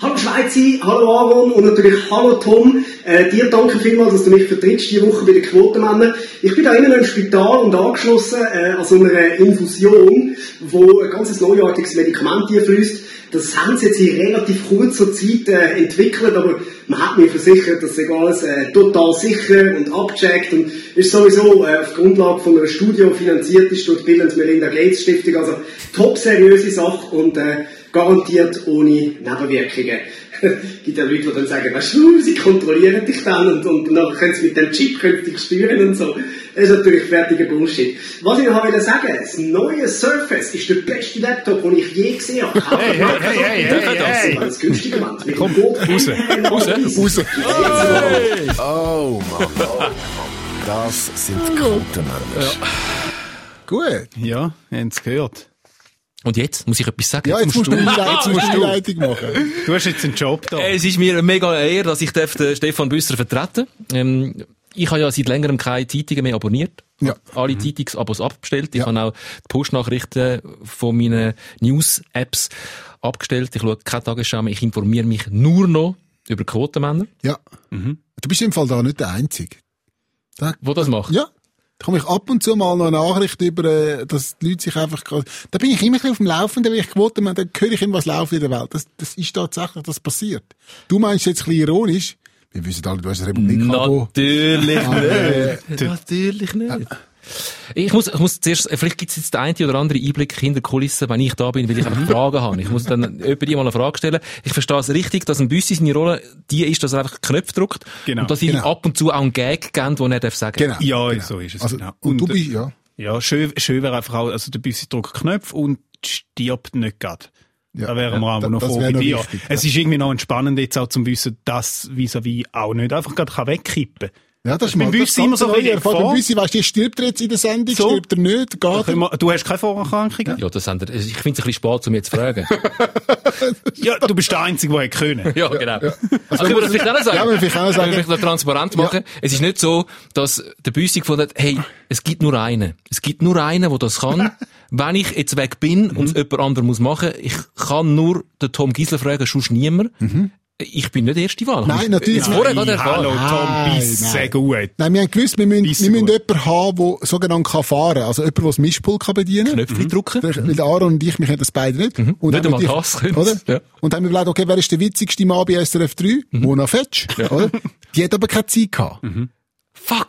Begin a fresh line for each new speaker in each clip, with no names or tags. allein zu sein. Hallo Aaron und natürlich hallo Tom. Äh, dir danke vielmals, dass du mich vertrittst diese Woche bei den Quotenmännern. Ich bin da innen im Spital und angeschlossen äh, an so einer Infusion, wo ein ganz neuartiges Medikament einfließt. Das haben sie jetzt in relativ kurzer Zeit äh, entwickelt, aber man hat mir versichert, das sei alles äh, total sicher und abgecheckt und ist sowieso äh, auf Grundlage von einer Studie finanziert ist durch die Bill und Melinda Gates Stiftung. Also top seriöse Sache und äh, garantiert ohne Nebenwirkungen. gibt ja Leute, die dann sagen, weißt du, sie kontrollieren dich dann und, und dann können sie mit dem Chip können sie dich steuern und so. Das ist natürlich fertiger Bullshit. Was ich noch wollte sagen, das neue Surface ist der beste Laptop, den ich je gesehen habe.
Hey, hey, hey, hey, hey, hey, hey.
Das ist günstig gemacht. Mit
Komm,
dem Go-
raus, raus, raus.
Hey.
Oh Mann, oh Mann. Das sind die Quotenmänner. Gut.
Ja, haben es gehört.
Und jetzt muss ich etwas sagen.
Ja, jetzt musst du die Leit-
Jetzt musst du.
die Leitung machen.
Du hast jetzt einen Job da.
Äh, Es ist mir mega eher, dass ich darf den Stefan Büsser vertreten darf. ähm, Ich habe ja seit längerem keine Zeitungen mehr abonniert.
Ja. Mhm.
Alle Zeitungsabos abbestellt. Ich
Ja.
habe auch die Push-Nachrichten von meinen News-Apps abgestellt. Ich schaue keine Tagesschau mehr. Ich informiere mich nur noch über Quotenmänner,
Ja.
Mhm.
Du bist im Fall da nicht der Einzige.
wo das macht.
Ja. Da komme ich ab und zu mal noch eine Nachricht über, äh, dass die Leute sich einfach gerade, da bin ich immer ein bisschen auf dem Laufenden, weil ich gewohnt habe, dann höre ich immer, was läuft in der Welt. Das, das ist tatsächlich, das passiert. Du meinst jetzt ein bisschen ironisch, wir wissen alle, du hast eine Republik-Abo.
Natürlich
äh,
nicht. Natürlich nicht. Äh, Ich muss, ich muss zuerst, äh, vielleicht gibt es jetzt den einen oder anderen Einblick hinter die Kulissen, wenn ich da bin, weil ich einfach Fragen habe. Ich muss dann jemandem mal eine Frage stellen. Ich verstehe es richtig, dass ein Büssi seine Rolle, die ist, dass er einfach Knöpfe drückt.
Genau.
Und dass ich ihm
Genau.
ab und zu auch einen Gag geben, den er darf sagen.
Genau.
Ja, so ist es.
Also,
genau.
und, du
äh,
bist, ja.
Ja, schön, schön wäre einfach auch, also der Büssi drückt Knöpfe und stirbt nicht gerade.
Ja.
Da wären wir
Da-
auch noch
das
froh
wär
bei
noch
dir.
wichtig,
es ist irgendwie noch entspannend jetzt auch zum Wissen, dass vis-à-vis auch nicht einfach gerade kann wegkippen
Ja, das ist
Beim
mal,
Büssi
das ist
immer so
ganz
ein
neu.
bisschen
Beim
vor-
Büssi, weißt du, stirbt er jetzt in der Sendung,
So.
stirbt er nicht,
Da
geht
können
er.
wir- Du hast keine Vorerkrankungen?
Ja, das haben wir, ich finde es ein bisschen spät, um jetzt zu fragen.
Ja. du bist der Einzige, der hätte können.
Ja, genau. Also, können wir das vielleicht auch noch sagen?
Ja, wir vielleicht auch noch sagen.
Können wir vielleicht noch transparent machen. Es ist nicht so, dass der Büssi gefunden hat, hey, es gibt nur einen. Es gibt nur einen, der das kann. Wenn ich jetzt weg bin
Mhm.
und es jemand anderem muss machen, ich kann nur den Tom Giesler fragen, sonst niemand. Ich bin nicht die erste Wahl.
Mhm. Nein,
Ich-
natürlich
Jetzt vorher
Nein,
gerade erfahren.
Hallo, Tom,
Nein,
bis sehr
nein.
gut.
Nein, wir haben gewusst, wir müssen,
Bisschen
wir müssen
gut.
jemanden haben, der sogenannt kann fahren kann. Also jemand, der das Mischpult kann bedienen kann.
Knöpfchen drücken.
Vielleicht, Weil Mhm. der Aaron und ich, wir können das beide nicht. Und
Mhm. Nicht
haben wir
einmal das können
Oder?
sie, ja. Mhm.
Und haben wir überlegt, okay, wer ist der witzigste Mann bei SRF 3? Mona Fetsch. Oder? Die hat aber keine Zeit gehabt.
Fuck!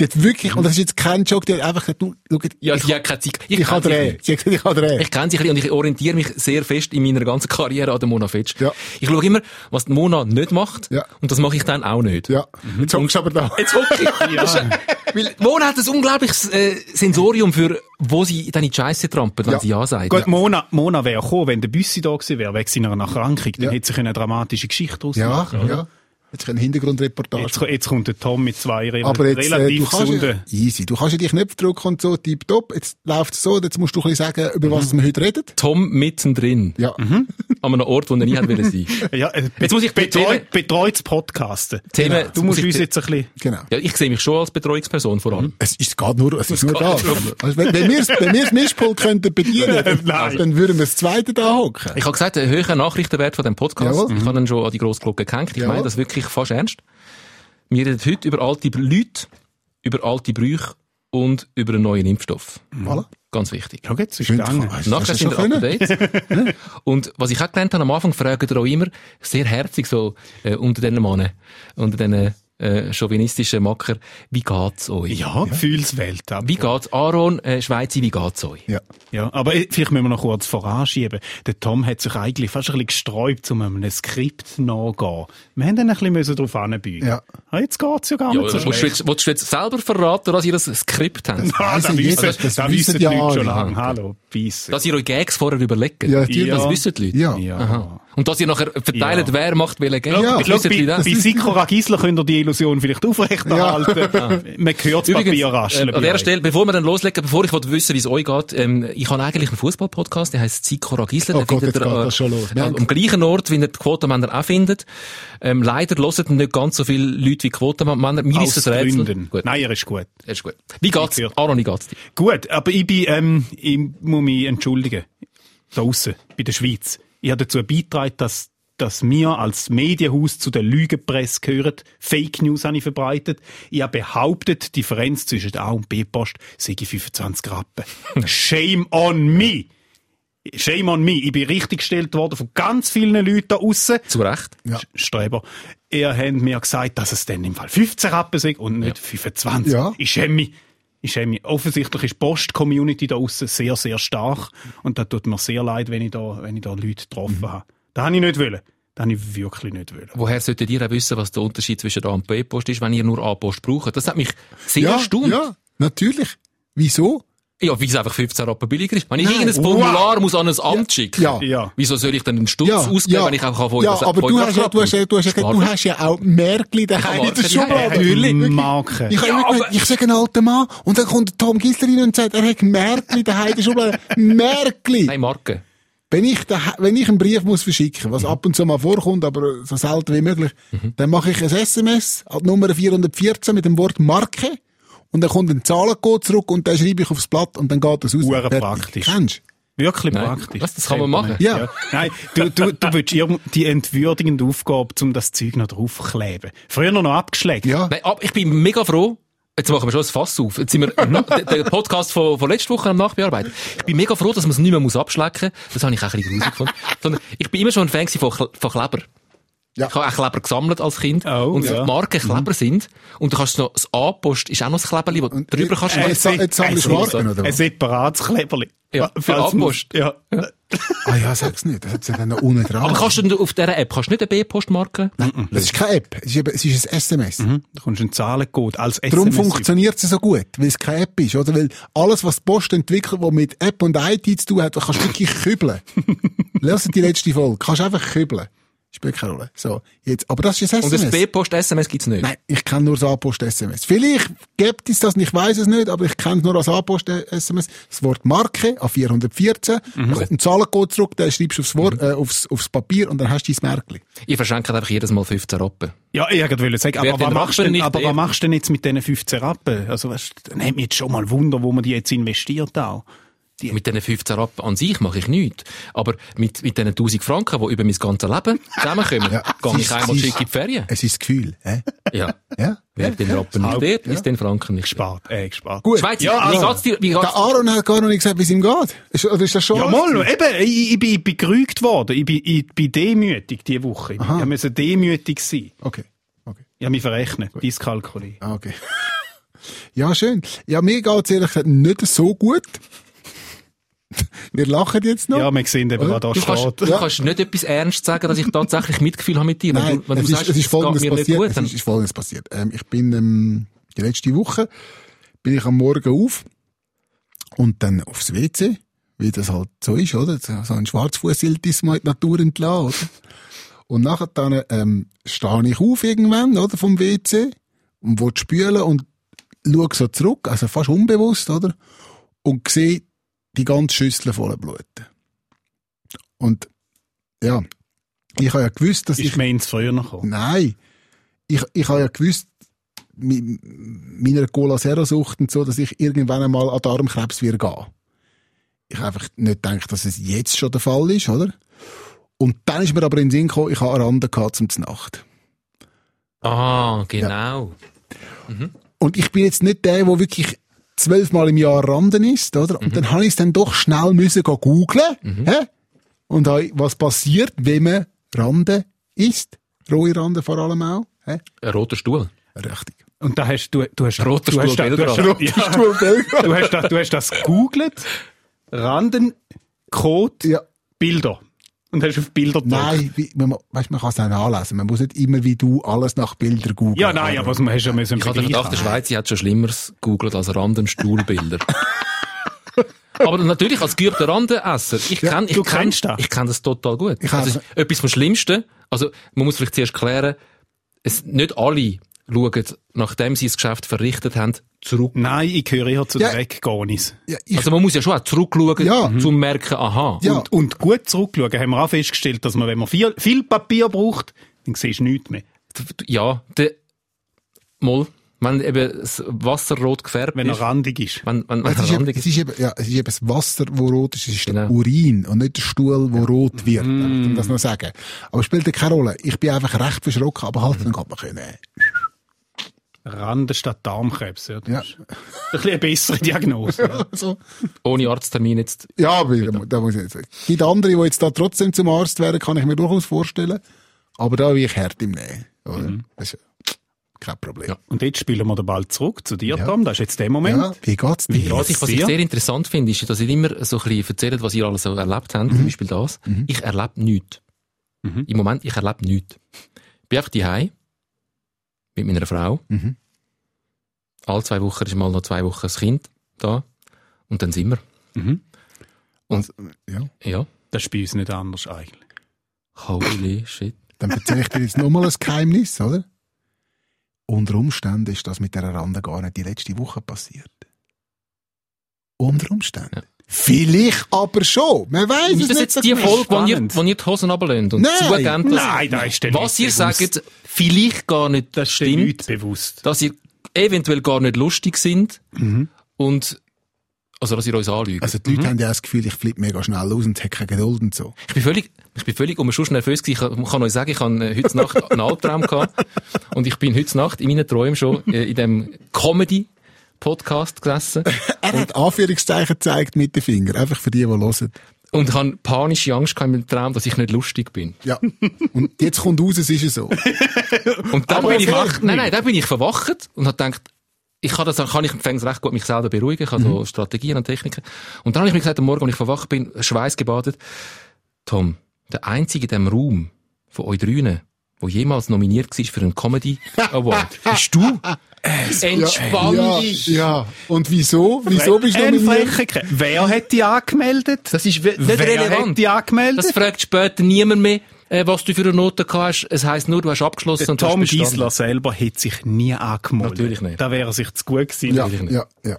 Die hat wirklich, und das ist jetzt kein Joke, die hat einfach gesagt, du, schau,
Ja,
ich,
sie hat keine Zeit.
ich, kann
sie
drehen.
nicht.
Sie hat gesagt, ich kann drehen.
Ich kenne sie ein bisschen und ich orientiere mich sehr fest in meiner ganzen Karriere an der Mona Fetsch.
Ja.
Ich schaue immer, was die Mona nicht macht
Ja.
und das mache ich dann auch nicht.
ja. Jetzt hockst du aber da.
Jetzt hocke ich. Das ist- Weil Mona hat ein unglaubliches äh, Sensorium für, wo sie dann in die Scheisse trampelt, wenn
Ja.
sie Ja sagt.
Gut, Mona, Mona wäre gekommen, wenn der Büssi da gewesen wäre, wegen seiner Erkrankung. Dann
Ja.
hätte sich eine dramatische Geschichte daraus
Ja,
machen.
ja. Jetzt eine Hintergrundreportage.
Jetzt, jetzt kommt der Tom mit zwei rela-
aber jetzt, äh, du
relativ
kannst,
gesunden.
easy. Du kannst ja die Knöpfe drücken und so, tipptopp. Jetzt läuft's so, und jetzt musst du ein bisschen sagen, über was wir heute reden.
Tom mittendrin.
Ja.
An einem Ort, wo er nie hat wollen sein.
Ja, äh,
Jetzt muss ich betreuen.
betreut, betreutes Podcasten.
Thema-
Du musst
muss ich-
uns jetzt ein bisschen.
Genau.
Ja, ich sehe mich schon als Betreuungsperson vor allem.
Es ist gerade nur, es ist nur
geht
das.
nur.
Also, wenn, wenn wir wenn wir das Mischpult könnten bedienen,
Nein.
dann würden wir das zweite da hocken.
Ich habe gesagt, ein höherer Nachrichtenwert von dem Podcast.
Jawohl.
Ich habe ihn schon an die grosse Glocke gehängt. Ich meine
Jawohl.
das wirklich fast ernst. Wir reden heute über alte Leute, über alte Brüche und über einen neuen Impfstoff.
Voilà.
Ganz wichtig.
Schau, jetzt ist
Schön,
gegangen.
das hast
Nachher
du
sind
schon
wir up to
können.
date. und was ich auch gelernt habe, am Anfang fragen ihr auch immer, sehr herzig so, äh, unter diesen Mannen, unter diesen äh, chauvinistischen Macker, wie geht's euch?
Ja, Gefühlswelt. ab.
Wie geht's Aaron, äh, Schweizer, wie geht's euch?
Ja.
Ja, aber äh, vielleicht müssen wir noch kurz voranschieben. Der Tom hat sich eigentlich fast ein bisschen gesträubt, um einem Skript nachzugehen. Wir haben dann ein bisschen müssen darauf hinbeugen.
Ja.
Ah, jetzt geht's ja gar
Ja,
nicht so
willst, du
schlecht.
jetzt, willst du jetzt selber verraten, dass ihr das Skript habt?
Ah,
Das
das
wissen
wissen,
jetzt, das
das
wissen
wissen die
ja
Leute schon
alle.
lange. Hallo, Peace.
Dass ihr euch Gags vorher überlegt?
Ja,
Ja.
Das wissen die Leute?
Ja.
ja.
Aha. Und dass ihr nachher verteilt,
Ja.
wer macht welchen Gag?
Ja.
Das
Schau,
wissen die
bei,
dann.
bei Sikora Gisler könnt ihr die Illusion vielleicht aufrechterhalten. Man hört das
Übrigens,
Papier rascheln.
äh, an
bei
der
euch.
Stelle, bevor wir dann loslegen, bevor ich will wissen, wie es euch geht, ähm, ich habe eigentlich einen Fußball-Podcast, der heißt Sikora Gisler.
Oh
Den
Gott,
findet
jetzt
ihr,
geht
äh,
das schon los.
äh,
Wir
Am
haben-
gleichen Ort, wie ihr die Quotenmänner auch findet. Ähm, leider hören nicht ganz so viele Leute wie Quotenmänner. Mir
Aus
ist das Rätsel.
Gründen.
Gut,
Nein, er ist gut.
ist gut. Wie geht's?
Ich höre.
Aaron, wie geht's dir?
Gut, aber ich bin, ähm, ich muss mich entschuldigen. Da aussen, bei der Schweiz. Ich habe dazu beigetragen, dass dass wir als Medienhaus zu der Lügenpresse gehören. Fake News habe ich verbreitet. Ich habe behauptet, die Differenz zwischen A und B-Post sei 25 Rappen. Shame on me! Shame on me. Ich bin richtiggestellt worden von ganz vielen Leuten da aussen.
Zu Recht.
Ja.
Streber. Ihr habt mir gesagt, dass es dann im Fall 15 Rappen sind und nicht 25.
Ja.
Ich schäme mich. Ich schäme mich. Offensichtlich ist die Post-Community da außen sehr, sehr stark. Und da tut mir sehr leid, wenn ich da, wenn ich da Leute getroffen
Mhm.
habe. Das habe ich nicht wollen. Das habe ich wirklich nicht wollen.
Woher solltet ihr auch wissen, was der Unterschied zwischen A und B-Post ist, wenn ihr nur A-Post braucht? Das hat mich sehr
ja,
erstaunt. Ja,
ja, natürlich. Wieso?
weil es einfach 15 Rappen billiger ist. Wenn ich irgendein Formular muss an ein Amt schicken
Ja.
Ja.
wieso soll ich dann einen Stutz
Ja,
ausgeben, wenn ich auch auf
ja, aber du hast, ja, du, hast, ja- du, hast, ja- du hast ja auch Märkli daheim
habe
in der
Märkli daheim.
Schublade.
Natürlich.
Wirklich.
Marken.
Ich,
Ja, also
ja,
aber-
ich sage einen alten Mann und dann kommt der Tom Gisler rein und sagt, er hat Märkli daheim in der Schublade. Märkli!
Nein, Marke.
Wenn ich, dahe- wenn ich einen Brief muss verschicken
Mhm.
was ab und zu mal vorkommt, aber so selten wie möglich, dann mache ich ein SMS an die Nummer 414 mit dem Wort Marke und dann kommt ein Zahlencode zurück und dann schreibe ich aufs Blatt und dann geht das aus.
Hure
Fertig.
praktisch.
Kennst
Wirklich
Nein.
praktisch.
Was, das kann man machen?
Ja.
Nein, du, du, du willst irgend- die entwürdigende Aufgabe, um das Zeug noch draufkleben. Früher noch abgeschlägt.
du? Ja.
Nein, ab, ich bin mega froh. Jetzt machen wir schon das Fass auf. Jetzt sind wir na, der der Podcast von, von letzter Woche am Nachbearbeiten. Ich bin mega froh, dass man es nicht mehr muss abschlecken muss. Das habe ich auch ein bisschen gruselig gefunden. Sondern ich bin immer schon ein Fan gewesen von, Kle- von Kleber.
Ja.
Ich habe auch Kleber gesammelt als Kind.
Oh,
und
ja.
die Marken Kleber sind. Und du kannst noch, das A-Post ist auch noch das Kleberli, wo du drüber kannst.
Äh,
du
jetzt sa- jetzt sammelst du
ein-
Marken, oder
Ein
was?
separates Kleberli.
Ja, für
Falls man-
Abpost.
Ja.
Ah ja, sag's nicht. Das hat's ja dann noch unten dran.
aber kannst du auf dieser App, kannst du nicht eine B-Post marken?
das ist keine App, es ist, eben, es ist ein SMS.
Mhm. Da kommst du einen Zahlencode als SMS.
Darum funktioniert sie so gut, weil es keine App ist, oder? Weil alles, was die Post entwickelt, was mit App und IT zu tun hat, da kannst du wirklich kübeln. Lass die letzte Folge. Kannst einfach kübeln. Spielt keine Rolle. So, jetzt. Aber das ist ein
Und
SMS.
das B-Post-SMS gibt's nicht.
Nein, ich kenne nur das A-Post-SMS. Vielleicht gibt es das, und ich weiß es nicht, aber ich kenne es nur als A-Post-SMS. Das Wort Marke an 414. Mhm. Ein Zahlencode zurück, den schreibst du aufs, Wort, äh, aufs, aufs Papier und dann hast du dein Märkli.
Ich verschenke einfach jedes Mal 15 Rappen.
Ja, irgendwie will ich sagen.
Wer
Aber, was
den
machst, du denn,
Rappen nicht-
aber
er-
was machst du denn jetzt mit diesen 15 Rappen? Also, weißt, dann hat mich jetzt schon mal Wunder, wo man die jetzt investiert auch.
Mit diesen 15 Rappen an sich mache ich nichts. Aber mit, mit diesen 1000 Franken, die über mein ganzes Leben zusammenkommen,
Ja.
gehe
Sie-
ich einmal
sie-
schick in die Ferien.
Es ist das Gefühl, hä?
Ja.
Ja?
Wer den Rappen nicht wert, ist den Franken nicht wert.
Spart, äh, gespart.
Gut.
Schweiz,
Ja,
wie
also-
geht's dir? Wie geht's
Der Aaron hat gar noch nicht gesagt, wie es ihm geht. Ist, oder ist das schon?
Ja,
alles?
mal, eben, ich, ich, bin, ich bin gerügt worden. Ich bin, ich bin demütig diese Woche.
Aha.
Ich musste demütig sein.
Okay. Okay.
Ich habe mich verrechnet, diskalkuliert.
Ah, okay. ja, schön. Ja, mir geht's ehrlich gesagt nicht so gut. Wir lachen jetzt noch.
Ja, wir sehen eben, was da
Du kannst,
steht.
du kannst nicht etwas ernst sagen, dass ich tatsächlich Mitgefühl habe mit dir. Wenn
Nein,
du, wenn
es,
du sagst,
ist, es ist folgendes
geht mir nicht
passiert.
gut,
es
dann
ist, ist folgendes passiert. Ähm, ich bin ähm, die letzte Woche bin ich am Morgen auf und dann aufs WC, wie das halt so ist, oder? So so ein Schwarzfußiltis mal in die Natur entlassen. Oder? Und nachher dann ähm, stehe ich auf irgendwann, oder, vom WC und will spülen und schaue so zurück, also fast unbewusst, oder? Und sehe die ganze Schüssel voller Blut. Und ja, ich habe ja gewusst, dass ich...
Ist mir ins Feuer noch gekommen.
Nein. Ich, ich habe ja gewusst, mit meiner Cola Zero Sucht und so, dass ich irgendwann einmal an Darmkrebs wieder gehe. Ich habe einfach nicht gedacht, dass es jetzt schon der Fall ist, oder? Und dann ist mir aber in den Sinn gekommen, ich habe Aranda gehabt zum Znacht.
ah, genau.
Und ich bin jetzt nicht der, der wirklich zwölfmal im Jahr Randen ist, oder? Und dann habe ich es dann doch schnell müssen go googlen, hä? Und habe, was passiert, wenn man Randen isst? Rohe Randen vor allem auch, hä?
Ein roter Stuhl.
Richtig.
Und da hast du, du hast,
Roter
du hast,
Stuhl
du hast,
Belgrad.
ja, du hast, das- du hast das gegoogelt, Randen, Code,
Ja.
Bilder. Und hast auf Bilder gedrückt.
Nein, wie, man, mu- weißt, man kann es auch nachlesen. Man muss nicht immer wie du alles nach Bildern googeln.
Ja, nein, aber du hast ja müssen
Ich hatte
vergleichen.
gedacht, der Schweiz hat schon Schlimmeres gegoogelt als Randenstuhlbilder. Aber natürlich, als geübter Randenesser, ich
Ja,
kenn, ich
du
kenn-
kennst das.
Ich kenne das total gut.
Ich
das
habe-
ist etwas vom Schlimmsten. Also, man muss vielleicht zuerst klären, es, nicht alle schauen, nachdem sie das Geschäft verrichtet haben, zurück.
Nein, ich gehöre eher zu
Ja.
den Weggonis.
Ja, ich,
Also, man muss ja schon auch zurückschauen,
Ja.
um zu merken, aha.
Ja.
Und, und gut zurückschauen, haben wir auch festgestellt, dass man, wenn man viel, viel Papier braucht, dann siehst du nichts mehr.
Ja, der, mal, Wenn eben das Wasser rot gefärbt
wenn er
ist.
randig ist.
Wenn, wenn, wenn
Es ist,
er
eben,
randig
es,
ist.
ist eben, ja, es ist eben das Wasser, das rot ist. Es ist der
Genau.
Urin und nicht der Stuhl, der rot wird. Um das noch zu sagen. Aber spielt ja keine Rolle. Ich bin einfach recht verschrocken, aber halt, dann kann man können.
Rande statt Darmkrebs. Ja, das
Ja.
ist ein bisschen eine bessere Diagnose. Ja.
Also,
Ohne Arzttermin jetzt.
ja, aber da, da muss ich jetzt sagen. Es gibt andere, die jetzt da trotzdem zum Arzt werden, kann ich mir durchaus vorstellen. Aber da will ich hart im Nehmen. Oder? Das ist ja kein Problem.
Ja.
Und jetzt spielen wir den Ball zurück zu dir,
Ja.
Tom. Das ist jetzt der Moment.
Ja, wie geht's dir?
Was ich, was ich
sehr.
sehr interessant finde, ist, dass ihr immer so ein bisschen erzählt, was ihr alles so erlebt habt.
Mhm.
Zum Beispiel das. Ich erlebe nichts. Im Moment, ich erlebe nichts. Ich bin einfach daheim mit meiner Frau.
Mhm.
Alle zwei Wochen ist mal noch zwei Wochen das Kind da. Und dann sind wir.
Ja.
Ja.
Mhm. Das ist bei uns nicht anders eigentlich.
Holy shit.
Dann erzähle ich dir jetzt nochmal ein Geheimnis, oder? Unter Umständen ist das mit dieser Rande gar nicht die letzte Woche passiert. Unter Umständen. Vielleicht aber schon. Man weiß es
Ist
nicht.
das
genau.
jetzt die Folge, wo ihr,
Spannend.
wo ihr die Hosen runterlöhnt und
Nein.
zugebt, dass-
Nein, das ist der
was ihr
nicht bewusst.
sagt, vielleicht gar nicht
Das ist den
stimmt.
Leuten bewusst.
dass ihr eventuell gar nicht lustig sind
Mhm.
und also dass ihr uns anlügt.
also die Leute haben ja das Gefühl, ich flippe mega schnell aus und habe keine Geduld und so.
ich bin völlig, ich bin völlig um schon nervös gewesen. Ich kann- kann euch sagen, ich habe äh, heute Nacht einen Albtraum gehabt und ich bin heute Nacht in meinen Träumen schon äh, in dem Comedy Podcast gesessen
Er
äh.
hat Anführungszeichen gezeigt mit den Fingern, einfach für die, die hören.
und habe panische Angst gehabt im Traum, dass ich nicht lustig bin.
Ja. Und jetzt kommt raus, es ist so.
Und dann
Aber
bin ich
erzähl
wach, nein, nein, dann bin ich verwacht und habe gedacht, ich kann das, kann ich empfängs recht gut mich selber beruhigen, ich habe so Strategien und Techniken. Und dann habe ich mir gesagt, am Morgen, als ich verwacht bin, schweißgebadet, Tom, der einzige in diesem Raum von euch drünen, der jemals nominiert war für einen Comedy Award, bist du. Entspann
ja,
dich!
ja. Und wieso? Wieso bist du
Ein
nominiert?
Flächenkrebs. Wer hat die angemeldet?
Das ist we- nicht
Wer hat
relevant.
die
Das
angemeldet?
fragt später niemand mehr, äh, was du für eine Note gehabt hast. Es heisst nur, du hast abgeschlossen und du hast
Tom
bestanden.
Gisler selber hätte sich nie angemeldet.
Natürlich nicht.
Da wäre er sich zu gut gewesen.
Ja,
Da-
ja, ja.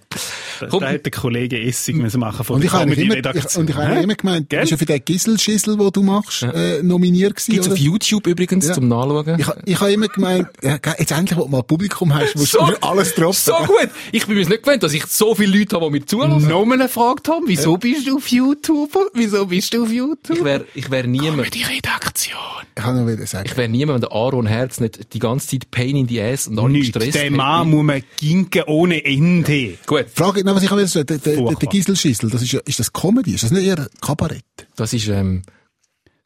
Komm.
Da hätte der Kollege Essig müssen machen von
Und
der
ich habe immer, ich,
Comedy-Redaktion.
und ich habe
Hä?
immer gemeint, du
Gell?
bist ja für den Gisselschissel, den du machst, äh, nominiert gewesen,
Gibt's
oder?
auf YouTube übrigens,
Ja.
zum Nachschauen.
Ich, ha- ich habe immer gemeint, ja, gell, jetzt endlich, wo du mal Publikum hast, musst du mir alles droppen.
So gut. Ich bin mir nicht gewöhnt, dass ich so viele Leute habe, die mir zuhören.
Noch mal eine Frage, Tom. Wieso bist du auf YouTube? Wieso bist du auf YouTube?
Ich wäre ich wär niemand.
Die Redaktion.
Ich kann noch wieder sagen.
Ich wäre niemand, wenn der Aaron Herz nicht die ganze Zeit Pain in the Ass und alle
Nicht.
Stress.
Der Mann muss man ginken ohne Ende.
Gut.
Frage, nein, was ich habe jetzt der, der, der, der
Furchtbar.
Gisselschissel, das ist ja, ist das Comedy? Ist das nicht eher Kabarett?
Das ist, ähm,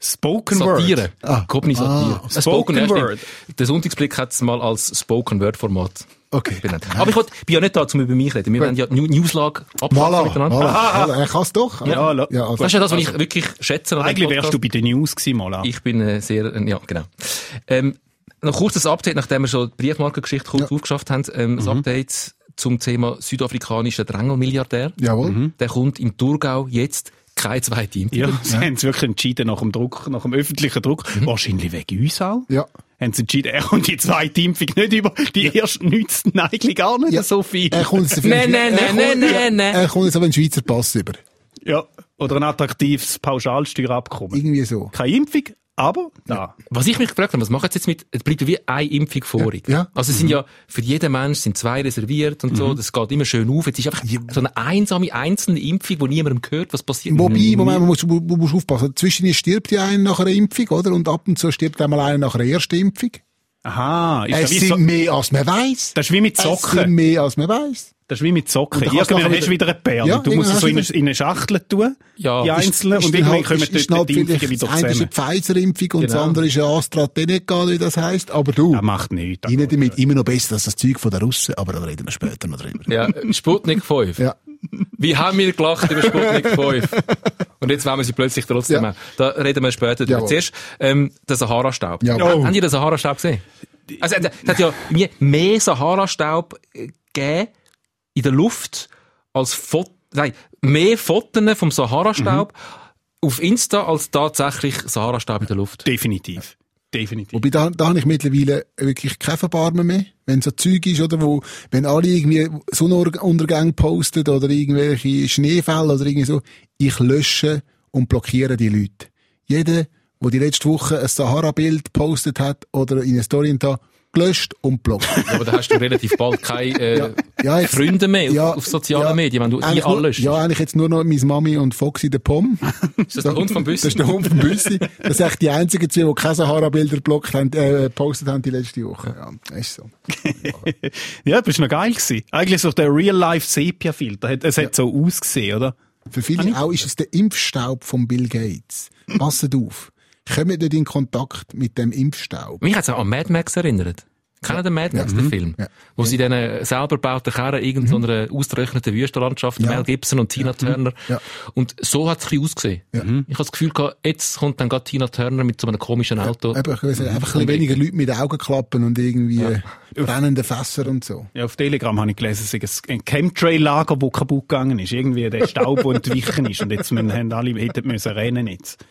Spoken
Satire.
Word.
Ah.
Gopni Satire.
Ah.
Ein
Spoken
Spoken
Word.
Word. Der Sonntagsblick hat es mal als Spoken Word Format
Okay.
benannt. Aber ich wollt, bin ja nicht da, um über mich zu reden. Wir wollen ja New Newslage
Voilà,
abschließen miteinander.
voilà, voilà. Er kann es doch.
Ja,
oder?
hallo.
ja also,
Das ist ja das, was ich wirklich schätze. an dem
Eigentlich wärst
Podcast.
du bei den News gewesen, mal an.
Ich bin äh, sehr, äh, ja, genau. Ähm, noch kurzes Update, nachdem wir schon die Briefmarkengeschichte kurz aufgeschafft haben. Ähm,
Mhm.
Das Update zum Thema südafrikanischer Drängelmilliardär.
Jawohl.
Mhm.
Der kommt im Thurgau jetzt keine zweite Impfung.
Ja, sie haben es wirklich entschieden nach dem Druck, nach dem öffentlichen Druck. Wahrscheinlich wegen uns auch.
Mhm. Ja.
Haben sie entschieden, er kommt die zweite Impfung nicht über. Die erste nützt ihn eigentlich gar nicht
Ja.
so viel.
Er kommt jetzt,
Nein, nein,
er kommt-
nein, nein,
ja,
nein.
Er kommt jetzt aber einen Schweizer Pass über.
Ja. Oder ein attraktives Pauschalsteuerabkommen.
Irgendwie so.
Keine Impfung, aber da.
Was ich mich gefragt habe, was machen sie jetzt mit, es bleibt wie eine Impfung vorig.
Ja, Mhm. ja.
Also es sind ja, für jeden Mensch sind zwei reserviert und so, das geht immer schön auf. Jetzt ist einfach so eine einsame, einzelne Impfung, wo niemandem gehört, was passiert.
Mhm.
Wobei, Moment, man muss, man muss aufpassen. Zwischen stirbt ja einer nach einer Impfung, oder? Und ab und zu stirbt einmal einer nach einer ersten Impfung.
Aha. Ist das,
Es
wie
sind
so,
mehr als man weiß.
das ist wie mit
Es sind
Socken.
mehr als man weiß.
Das ist wie mit Socken.
Und dann kannst du
Irgendwann
nachher
hast du wieder eine Perle.
Ja,
du musst es so in eine,
irgendwann
in eine Schachtel tun.
Ja.
Die
Ist-
einzelnen. und irgendwann
halt-
kommen dort die Impfungen wieder
Das eine ist
zusammen.
eine Pfizer-Impfung und das
Genau.
andere ist eine AstraZeneca, wie das heisst. Aber du,
Das macht nichts.
rein damit, immer noch besser als das Zeug von den Russen, aber da reden wir später noch drüber.
Ja, äh, Sputnik 5.
Ja.
Wie haben wir gelacht über Sputnik 5? Und jetzt wollen wir sie plötzlich trotzdem
Ja.
haben. Da reden wir später drüber.
Jawohl.
Zuerst, ähm, der Sahara-Staub.
Jawohl.
Oh,
Ha- Haben ihr den Sahara-Staub gesehen? Also, äh, es hat ja mir mehr Sahara-Staub äh, gegeben in der Luft als Foto, nein, mehr Fotos vom Sahara-Staub
Mhm.
auf Insta als tatsächlich Sahara-Staub in der Luft.
Definitiv. Definitiv.
Wobei, da, da habe ich mittlerweile wirklich kein Verbarmen mehr. Wenn so Zeug ist, oder wo, wenn alle irgendwie Sonnenuntergang posten oder irgendwelche Schneefälle oder irgendwie so, ich lösche und blockiere die Leute. Jeder, der die letzte Woche ein Sahara-Bild postet hat oder in eine Story und da, gelöscht und blockiert.
Ja, aber da hast du relativ bald keine äh,
Ja, jetzt-
Freunde mehr auf- auf sozialen
ja,
Medien, wenn du die
eigentlich nur-
alles
Ja, eigentlich jetzt nur noch meine Mami und Foxy der Pom.
Ist das der Hund vom
Das
Büssi?
ist der Hund vom Büssi. Das sind eigentlich die einzigen zwei, die keine Sahara-Bilder geblockt haben, äh, gepostet haben die letzte Woche. Ja, ist so.
Ja, das war noch geil. Gewesen. Eigentlich so der Real-Life-Sepia-Filter. Hat- Es hat so ausgesehen, oder?
Für viele auch ist es der Impfstaub von Bill Gates. Passet auf. Kommt nicht in Kontakt mit dem Impfstaub.
Mich hat es auch an Mad Max erinnert. Kennen den Mad Max, den Film?
Ja. Mhm.
Wo sie dann äh, selber bauten Karren in irgendeiner ausgerechneten Wüstenlandschaft, Mel Gibson und Tina Turner.
Ja. Mhm.
Und so hat es ein bisschen ausgesehen. Ich habe das Gefühl gehabt, jetzt kommt dann gerade Tina Turner mit so einem komischen Auto. Mhm.
Eben, ich weiss nicht, einfach ein bisschen weniger Leute mit Augenklappen und irgendwie äh, brennenden Fässer und so.
Ja, auf Telegram habe ich gelesen, es sei ein Chemtrail-Lager, das kaputt gegangen ist. Irgendwie der Staub, der entwichen ist. Und jetzt müssen, haben alle hätten müssen rennen jetzt.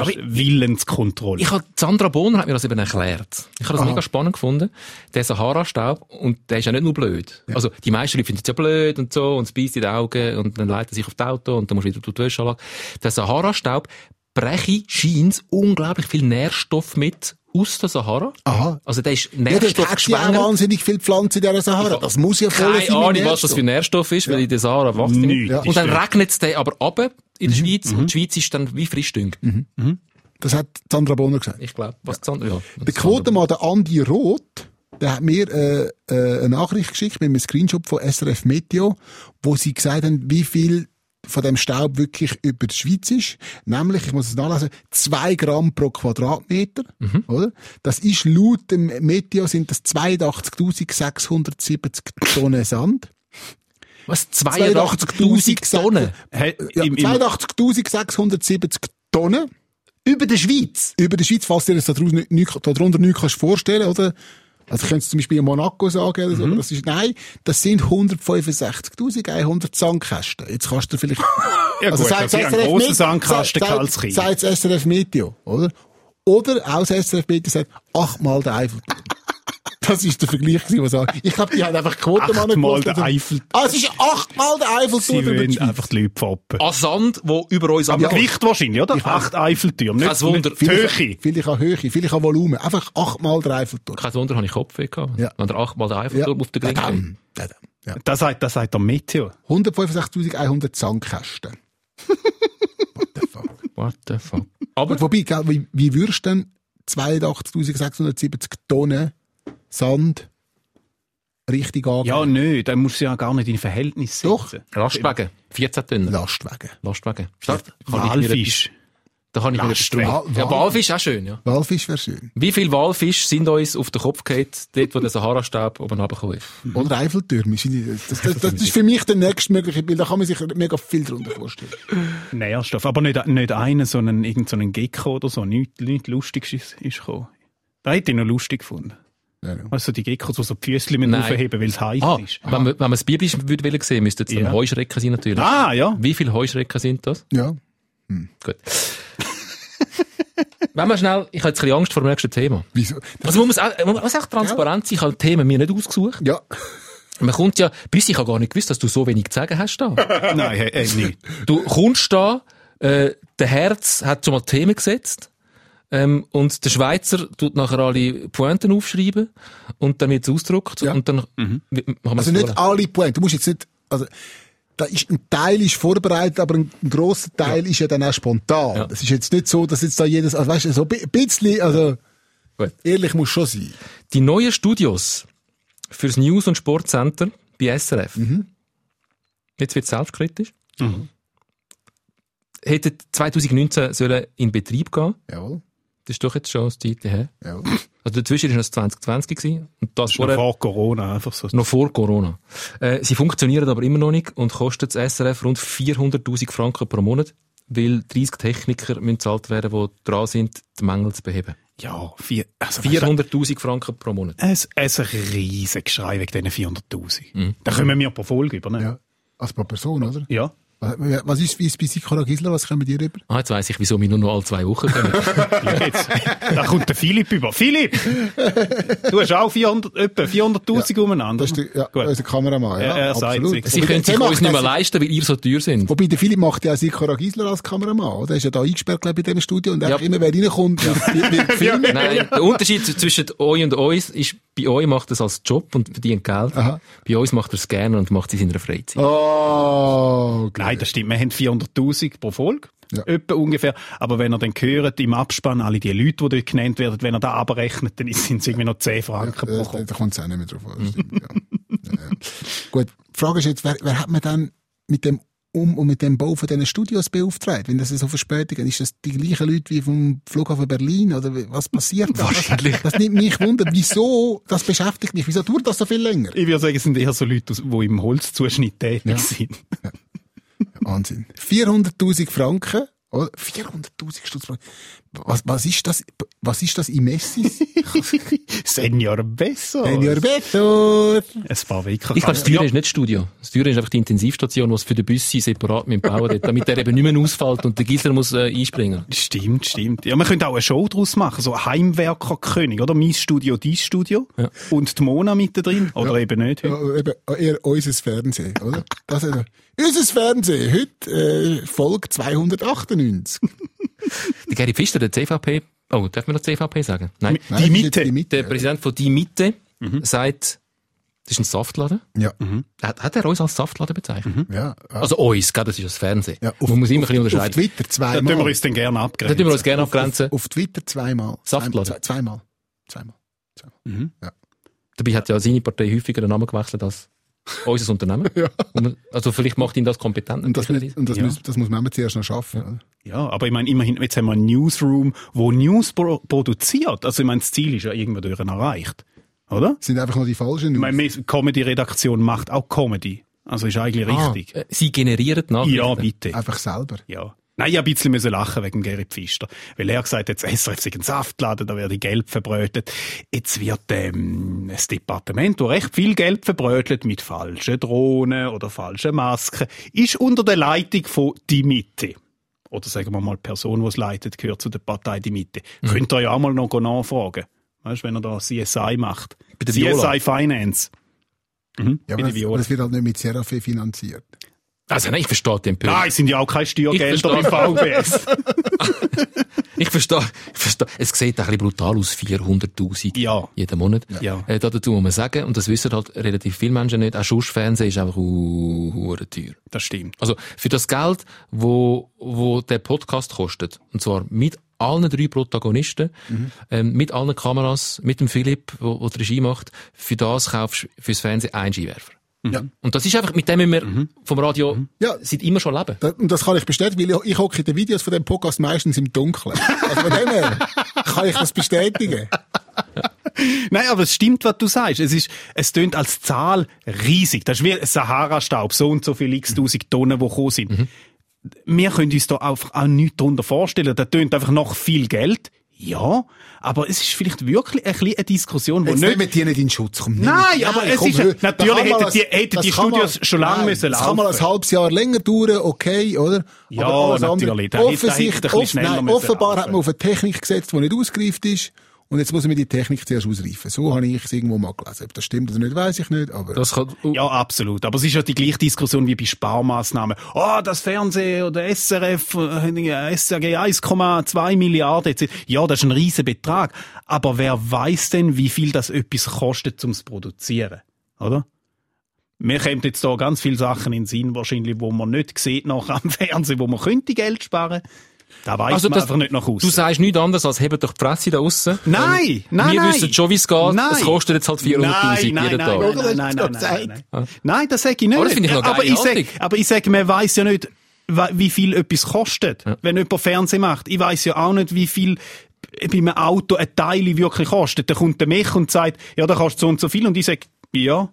Aber Willenskontrolle.
Ich hab, Sandra Bohner hat mir das eben erklärt. Ich habe das mega spannend gefunden. Der Sahara-Staub, und der ist ja nicht nur blöd. Also, die meisten Leute finden es ja blöd und so, und es beißt in die Augen, und dann leitet er sich auf das Auto, und dann musst du wieder durch die Wäschanlage. Der Sahara-Staub breche scheint unglaublich viel Nährstoff mit aus der Sahara.
Aha.
Also, der ist
Ja, dort
Nährstoff
hat ja auch wahnsinnig viel Pflanzen in dieser Sahara. Das muss ja voll
keine Ahnung, was das für ein Nährstoff ist, weil in der Sahara wächst
Nichts
nicht.
ist
Und dann
dort.
regnet es den aber ab in der
Mhm.
Schweiz, und die Schweiz ist dann wie frisch düngt.
Das hat Sandra Bonner gesagt.
Ich glaube, was ja. Sandra, ja.
Der Quotenmann, der Andi Roth, der hat mir äh, äh, eine Nachricht geschickt mit einem Screenshot von SRF Meteo, wo sie gesagt haben, wie viel von dem Staub wirklich über die Schweiz ist. Nämlich, ich muss es nachlesen, zwei Gramm pro Quadratmeter.
Mhm.
Oder? Das ist laut dem Meteo sind das 82.670 Tonnen Sand.
Was? 82.000 Tonnen?
Hey,
Ja,
im, im,
82.670 Tonnen.
Über der Schweiz?
über die Schweiz, falls dir das daraus nicht- nicht- darunter nicht kannst vorstellen oder? Also, ich könnte es zum Beispiel in Monaco sagen, oder so,
Mhm.
aber das ist, nein, das sind 165.100 Sandkästen. Jetzt kannst du vielleicht,
ja, gut, also ein
SRF
grosser
Met-
Sandkasten
sagt-
Kalski.
sagt das SRF Meteo, oder? Oder auch das SRF Meteo sagt, achtmal der Eiffelturm. Das ist der Vergleich, gewesen, was ich- Ich glaube, die haben einfach Quoten
Achtmal der Eiffelturm.
Ah, es ist achtmal der Eiffelturm.
Sie
über die
wollen
Schweiz.
einfach die Leute foppen.
An Sand, wo über uns
Am
abgeht.
Gewicht wahrscheinlich, oder? Acht Eiffeltürme.
Kein Wunder.
nicht die Höhe.
Vielleicht auch Höhe, vielleicht auch Volumen. Einfach achtmal der Eiffelturm.
Kein Wunder, habe ich Kopfweh gehabt.
Ja.
Wenn der achtmal den Eiffelturm auf der Grenze
Dadam, dadam. Ja.
Das sagt, das sagt der Meteor.
165.100 Sandkästen. What the fuck?
What the fuck? Aber,
Und wobei, gell, wie, wie würdest du denn 82.670 Tonnen Sand richtig angehen?
Ja, nö, dann musst du ja gar nicht in Verhältnis setzen.
Doch.
Lastwagen. 14 Tonnen.
Lastwagen.
Lastwagen. Start. Kann ich mir etwas-
Walfisch.
Da kann ich mir etwas
Lastwagen.
drüber.
Wal-
Ja,
Wal-
Walfisch auch schön, ja.
Walfisch wäre schön.
Wie viele Walfisch sind uns auf den Kopf gefallen, dort, wo der Sahara-Stab oben runtergekommen ist?
Oder Eiffeltürme. sind die- Das, das, das, das ist für mich der nächstmögliche Bild. Da kann man sich mega viel darunter vorstellen.
Nährstoff. Aber nicht, nicht einer, sondern irgendein so ein Gecko oder so. Nichts nicht Lustiges ist, ist gekommen. Da hätte ich noch lustig gefunden.
Ja, ja.
Also die Geckos, die so die Füßchen mit
Nein.
aufheben, weil es heiß
Ah,
ist.
wenn man, wenn man es biblisch würde wollen sehen, müsste es
Ja.
dann Heuschrecken sein, natürlich.
Ah, ja.
Wie viele Heuschrecken sind das?
ja.
Gut. wenn man schnell, ich habe jetzt ein bisschen Angst vor dem nächsten Thema.
Wieso? Das,
Also man muss auch, man muss auch transparent sein, ich habe die Themen mir nicht ausgesucht.
ja.
Man kommt ja, bis ich habe gar nicht gewusst, dass du so wenig zu sagen hast da.
Nein, hey, hey, nicht.
Du kommst da, äh, der Herz hat schon mal Themen gesetzt. Ähm, und der Schweizer tut nachher alle Pointen aufschreiben und dann wird es ausgedruckt
Ja.
und dann mhm.
Also nicht alle Punkte. Du musst jetzt nicht, also, da ist, ein Teil ist vorbereitet, aber ein, ein grosser Teil ist ja dann auch spontan.
Ja.
Es ist jetzt nicht so, dass jetzt da jedes, also weißt du, so bi- bisschen, also,
Gut.
ehrlich muss schon sein.
Die neuen Studios fürs News- und Sportcenter bei SRF. Jetzt wird selbstkritisch. Hätte 2019 sollen in Betrieb gehen.
Jawohl,
Das ist doch jetzt schon das Zeit her.
jawohl.
Also dazwischen war es 2020 gewesen und
Das
das,
ist noch
vorher
vor Corona einfach so.
noch vor Corona. Äh, sie funktionieren aber immer noch nicht und kosten das SRF rund 400.000 Franken pro Monat, weil 30 Techniker müssen bezahlt werden, die dran sind, die Mängel zu beheben.
Ja, vier, also
400.000 Franken pro Monat.
Es es ist ein riesiges Geschrei wegen diesen 400'000. Da können wir pro Folge übernehmen.
Ja. Als pro Person, oder?
Ja.
Was, was ist, wie ist bei Sikora Gisler, was kommen die rüber?
Ah, jetzt weiss ich, wieso wir nur noch alle zwei Wochen kommen.
ja. Jetzt. Da kommt der Philipp über. Philipp! Du hast auch 400 etwa 400'000 umeinander.
Das ist der, ja,
Gut.
unser Kameramann, ja,
Er- er sagt
absolut.
sich's.
Sie
Wobei,
können sich
der
uns
macht
nicht
das-
mehr leisten, weil ihr so teuer sind.
Wobei, der Philipp macht ja auch Sikora Gisler als Kameramann, oder? Er ist ja da eingesperrt, glaube ich, in dem Studio und einfach immer, wer reinkommt, wird, wird gefilmt.
Nein, der Unterschied zwischen euch und uns ist, bei bei euch macht er es als Job und verdient Geld.
Aha.
Bei uns macht er es gerne und macht es in seiner Freizeit.
Oh, okay.
Nein, das stimmt. Wir haben 400.000 pro Folge.
Ja.
Etwa ungefähr. Aber wenn ihr dann hört, im Abspann, alle die Leute, die dort genannt werden, wenn ihr da abrechnet, dann sind es irgendwie noch 10 Franken pro
Äh,
Kopf.
da kommt es auch nicht mehr drauf an. das Stimmt, ja. ja. ja. Gut, die Frage ist jetzt, wer, wer hat man dann mit dem um und mit dem Bau von diesen Studios beauftragt? Wenn das so Verspätungen ist, das die gleichen Leute wie vom Flughafen Berlin oder wie- was passiert da?
Wahrscheinlich.
Das nimmt mich wunder, wieso, das beschäftigt mich, wieso dauert das so viel länger?
Ich würde sagen, es sind eher so Leute, die im Holzzuschnitt tätig
Ja.
sind.
Wahnsinn. 400.000 Franken, oder? 400.000 Stutz Franken. Was, was ist das, was ist das im Messis?
Senior besser.
Senior Betor!
Ein paar Wecker.
Ich glaube, das Teure ist nicht das Studio. Das Teure ist einfach die Intensivstation, die es für den Büssi separat mit bauen dort, damit der eben nicht mehr ausfällt und der Gisler muss äh, einspringen.
Stimmt, stimmt. Ja, man könnte auch eine Show draus machen, so Heimwerkerkönig, oder? Mein Studio, dein Studio. Und die Mona mittendrin. Oder eben nicht.
Ja, eben ah, eher unser Fernsehen, oder? Das ist, unser Fernsehen, heute äh, Folge 298.
Der Gary Pfister, der CVP, oh, darf man noch CVP sagen? Nein.
Nein, Mhm. das
die
ist jetzt
Mitte.
Die
Der
Mitte.
Präsident von Die Mitte sagt, das ist ein Saftladen.
Ja,
Mhm.
Hat, hat er uns als Saftladen bezeichnet?
ja. ja.
Also uns, gell, das ist das Fernsehen.
Mhm. ja
Man muss immer ein bisschen
Auf
unterscheiden.
Twitter
Da tun wir
zweimal.
uns dann gerne
Da tun
abgrenzen.
wir uns gerne abgrenzen.
Auf Twitter zweimal.
Saftladen.
Zwei- Zweimal. Zweimal. zweimal.
Dabei hat ja seine Partei häufiger den Namen gewechselt als unser Unternehmen. Und man- Also vielleicht macht ihn das kompetent.
Und das, mü- und das,
Ja.
muss, das muss man eben zuerst noch schaffen. oder?
Ja, aber ich meine, immerhin, jetzt haben wir einen Newsroom, wo News pro produziert. Also ich meine, das Ziel ist ja irgendwo durch erreicht. Oder?
Das sind einfach nur die falschen.
Ich meine, die Comedy-Redaktion macht auch Comedy. Also ist eigentlich
Ah,
richtig.
Äh, Sie generieren Nachrichten.
ja, bitte.
Einfach selber.
Ja. Nein, ich hab ein bisschen müssen lachen wegen Gary Pfister. Weil er gesagt hat, das SRF sei ein Saftladen, da werde gelb verbrötet. Jetzt wird ähm, das Departement, wo recht viel Geld verbrötelt mit falschen Drohnen oder falschen Masken, ist unter der Leitung von Die Mitte. Oder sagen wir mal, die Person, die es leitet, gehört zu der Partei Die Mitte.
Mhm.
Könnt ihr ja auch mal noch nachfragen. Weißt du, wenn er da CSI macht.
Bei der
CSI
Viola.
Finance. Mhm,
Ja, aber
bei der
das,
Viola.
das wird halt nicht mit Seraphim finanziert.
Also nein, ich verstehe den Empörung.
Nein, es sind ja auch keine Steuergelder im
Ich
VBS.
Ich verstehe, ich verstehe. Es sieht ein bisschen brutal aus, 400'000
Ja.
jeden Monat.
Ja.
Äh, da dazu muss man sagen, und das wissen halt relativ viele Menschen nicht, auch Schussfernsehen ist einfach hure teuer.
Das stimmt.
Also für das Geld, wo, wo der Podcast kostet, und zwar mit allen drei Protagonisten,
Mhm.
ähm, mit allen Kameras, mit dem Philipp, wo, wo die Regie macht, für das kaufst du fürs Fernsehen einen Skiwerfer.
Ja.
Und das ist einfach, mit dem müssen wir
Mhm.
vom Radio
Ja.
seit immer schon leben.
Das, und das kann ich bestätigen, weil ich, ich hocke in den Videos von dem Podcast meistens im Dunkeln. Also von dem her kann ich das bestätigen.
Nein, aber es stimmt, was du sagst. Es ist, es tönt als Zahl riesig. Das ist wie ein Sahara-Staub. So und so viele x-tausend Tonnen, die gekommen sind.
Mhm.
Wir können uns da einfach auch nichts darunter vorstellen. Das tönt einfach noch viel Geld. Ja. Aber es ist vielleicht wirklich ein bisschen eine Diskussion, die
Jetzt
nicht...
nehmen die nicht in Schutz. Komm, nimm-
Nein, aber es ist-
hör,
natürlich
das kann
hätten
mal
die-
ein-
hätten
das
die
kann
Studios
mal-
schon lange
nein,
müssen
Das kann mal ein
laufen.
halbes Jahr länger dauern, okay, oder?
Ja,
alles andere-
natürlich, da hätte- da hätte ein
Offensichtlich,
bisschen
off,
schneller
nein,
müssen
offenbar
laufen.
hat man auf eine Technik gesetzt, die nicht ausgereift ist. Und jetzt muss man die Technik zuerst ausreifen. So habe ich es irgendwo mal gelesen. Ob das stimmt oder nicht, weiß ich nicht. Aber
Das kann,
Ja, absolut. Aber es ist ja die gleiche Diskussion wie bei Sparmaßnahmen. Oh, das Fernsehen oder SRF, äh, SRG 1,2 Milliarden. etc. Ja, das ist ein riesen Betrag. Aber wer weiß denn, wie viel das etwas kostet, um es zu produzieren? Oder? Mir kommt jetzt da ganz viele Sachen in den Sinn, wahrscheinlich, wo man nicht sieht nachher am Fernsehen, wo man könnte Geld sparen. Da weiß man einfach nicht nach
Also Du
außen.
sagst nichts anderes als hebt doch die Presse da aussen.
Nein,
Ähm,
nein,
Wir
nein.
wissen schon, wie es geht.
Nein.
Es kostet jetzt halt 400'000 jeden
nein, nein,
Tag.
Nein, nein, nein, nein, nein, nein. Nein, das sage ich nicht.
Aber das finde ich noch
aber,
geil,
ich sag,
Antik.
aber ich sage, man weiß ja nicht, wa- wie viel etwas kostet, wenn jemand Fernsehen macht. Ich weiß ja auch nicht, wie viel bei einem Auto ein Teil wirklich kostet. Dann kommt der mich und sagt, ja, da kostet so und so viel. Und ich sage, ja.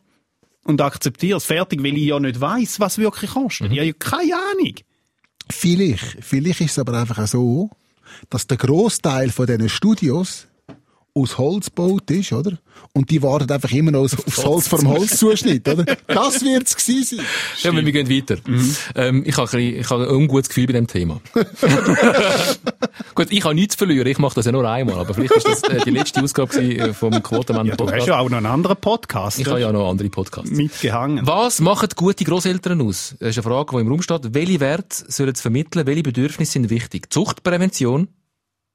Und akzeptiere es fertig, weil ich ja nicht weiß, was wirklich
Mhm.
kostet. Ich habe ja keine Ahnung.
Vielleicht, vielleicht ist es aber einfach auch so, dass der Großteil von diesen Studios aus Holz gebaut ist, oder? Und die warten einfach immer noch aufs- aufs Holz vom Holzzuschnitt, oder? Das wird's gewesen sein.
Ja, aber wir gehen weiter. Ähm, ich habe ein, bisschen- ich habe ein ungutes Gefühl bei dem Thema. Gut, ich habe nichts zu verlieren. Ich mache das ja nur einmal. Aber vielleicht ist das äh, die letzte Ausgabe gewesen, äh, vom Quotenmann
Ja, du hast ja auch noch einen anderen Podcast
Ich habe ja noch andere Podcasts.
mitgehangen.
Was machen gute Großeltern aus? Das ist eine Frage, die im Raum steht. Welche Werte sollen sie vermitteln? Welche Bedürfnisse sind wichtig? Zuchtprävention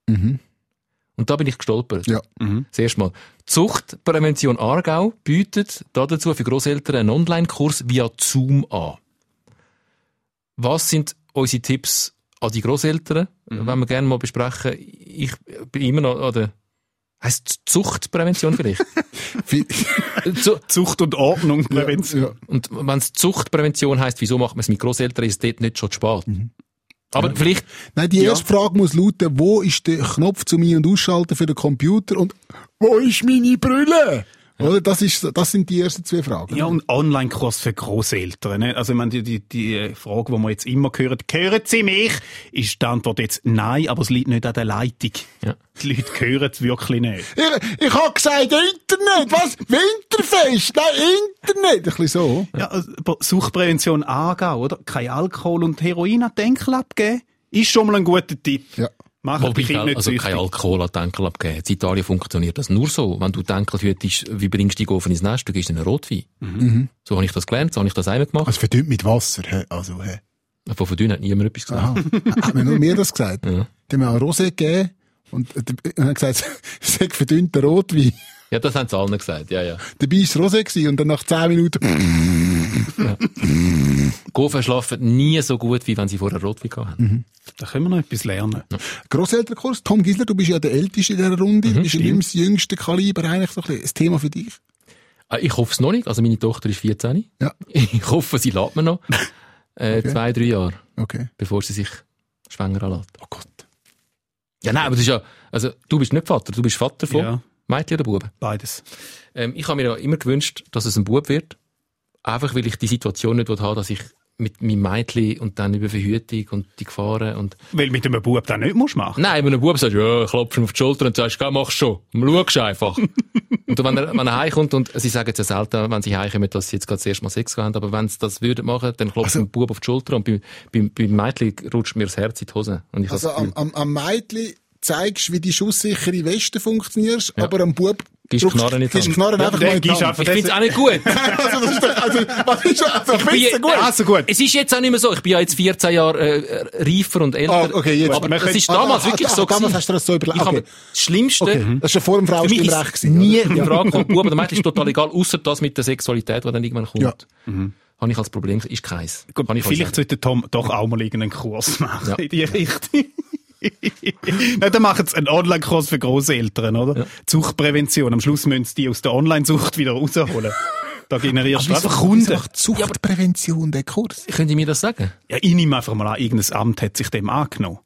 Und da bin ich gestolpert.
Ja.
Das erste Mal. Zuchtprävention Aargau bietet dazu für Großeltern einen Online-Kurs via Zoom an. Was sind unsere Tipps an die Großeltern, wenn wir gerne mal besprechen? Ich bin immer noch an der Heißt Zuchtprävention vielleicht?
Viel-
Zu
Zucht und Ordnung, Prävention.
ja.
und wenn es Zuchtprävention heißt, wieso macht man es mit Großeltern? Ist es dort nicht schon zu spät? Aber vielleicht
Nein, die erste Frage muss lauten, wo ist der Knopf zum Ein- und Ausschalten für den Computer und wo ist meine Brille? Oder? Das, ist, das sind die ersten zwei Fragen.
Ja, und Online-Kurs für Großeltern. Ne? Also, ich meine, die, die, die Frage, die wir jetzt immer hören, hören Sie mich? Ist die Antwort jetzt nein, aber es liegt nicht an der Leitung.
Ja.
Die Leute hören es wirklich nicht.
Ich, ich habe gesagt, Internet, was? Winterfest, nein, Internet. Ein bisschen so.
Ja, also, aber Suchtprävention Aargau, oder? Kein Alkohol und Heroin an Denkel abgeben? Ist schon mal ein guter Tipp.
Ja.
Macht die
Wobei,
Kinder
gell,
nicht
also
süchtig.
kein Alkohol an die Enkel abgeben. In Italien funktioniert das nur so. Wenn du die Enkel hütest, wie bringst du die Gofen ins Nest? Du gibst ihnen Rotwein. So habe ich das gelernt, so habe ich das einmal gemacht.
Also verdünnt mit Wasser. hä? Also, hä?
Von verdünnen hat niemand etwas gesagt.
Ah, hat mir nur mir das gesagt. Die haben mir auch Rosé gegeben und, äh, und haben gesagt, es hat verdünnter Rotwein.
Ja, das haben sie allen gesagt, ja, ja.
Dabei war es Rosé gewesen und dann nach 10 Minuten,
Gofen schlafen nie so gut, wie wenn sie vorher Rotwein gehabt haben.
Da können wir noch etwas lernen.
Grosselternkurs. Tom Gisler, du bist ja der Älteste in dieser Runde. Du bist ja nicht mehr das jüngste Kaliber eigentlich so ein bisschen. Ein Thema für dich.
Ah, Ich hoffe es noch nicht. Also meine Tochter ist 14.
Ja.
Ich hoffe, sie lädt mir noch. Äh, Zwei, drei Jahre,
Okay.
bevor sie sich schwanger lässt.
Oh Gott.
Ja, nein, aber das ist ja, also du bist nicht Vater, du bist Vater von
Ja.
Mädchen oder Buben.
Beides.
Ähm, ich habe mir ja immer gewünscht, dass es ein Bub wird. Einfach, weil ich die Situation nicht haben will, dass ich mit meinem Mädchen und dann über Verhütung und die Gefahren und...
Weil mit einem Bub das nicht musst machen.
Nein, wenn ein Bub sagt, ja, klopfst ihm auf die Schulter und sagst, geh, mach schon. Und schaust einfach. und wenn er, wenn er heimkommt und sie sagen es ja selten, wenn sie heimkommen, dass sie jetzt gerade das erste Mal Sex gehabt haben, aber wenn sie das würden machen, dann
Also
klopft ein Bub auf die Schulter und beim, beim, beim Mädchen rutscht mir das Herz in die Hose. Und ich habe
Also
das Gefühl,
am, am, am Mädchen zeigst du, wie die schusssichere Weste funktionierst, aber am Bub
Gibst
drückst-
Knarren in die
gibst
Hand.
Knarren einfach
der
mal in die
gibst
Hand.
ich finde es auch nicht gut.
Also, das ist doch, also, was ist also, ich
bin-
find's gut.
Also gut.
Es ist jetzt auch nicht mehr so. Ich bin ja jetzt 14 Jahre äh, reifer und älter.
Ah, okay, jetzt.
Aber
Man
es
könnte-
ist damals
Ah, ah,
wirklich
ah,
so.
damals
gewesen.
hast du das so überlegt.
Ich habe
Okay.
das Schlimmste.
Okay. Das ist ja vor dem
Für mich ist
Frauenstimmrecht gewesen,
nie
oder?
in Frage gekommen. Bub oder Mädchen ist total egal, außer das mit der Sexualität, die dann irgendwann kommt.
Ja. Mhm.
Habe ich als Problem, gesehen. ist keins.
Gut,
Kann ich euch
vielleicht
sagen.
sollte Tom doch auch mal irgendeinen Kurs machen
Ja.
in die Richtung. Nein, dann machen sie einen Online-Kurs für Großeltern, oder? Suchtprävention. Am Schluss müssen sie die aus der Online-Sucht wieder rausholen. Da generierst du einfach Kunden.
macht Suchtprävention der Kurs?
Könnt ihr mir das sagen?
Ja, ich nehme einfach mal an, irgendein Amt hat sich dem angenommen.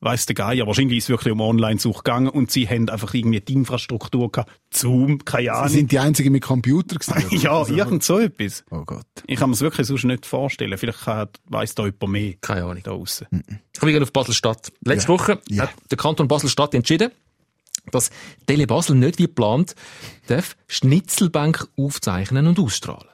Weiss der Geier, wahrscheinlich ist es wirklich um Online-Sucht gegangen und sie haben einfach irgendwie die Infrastruktur gehabt. Zoom, keine
Sie
Ahnung.
sind die Einzigen mit Computer gewesen.
ja, irgend so etwas.
Oh Gott.
Ich kann mir es wirklich sonst nicht vorstellen. Vielleicht kann- weiss da jemand mehr
Keine Ahnung.
da aussen.
Ich bin auf Basel-Stadt. Letzte Woche hat der Kanton Basel-Stadt entschieden, dass Tele Basel nicht wie geplant darf Schnitzelbank aufzeichnen und ausstrahlen.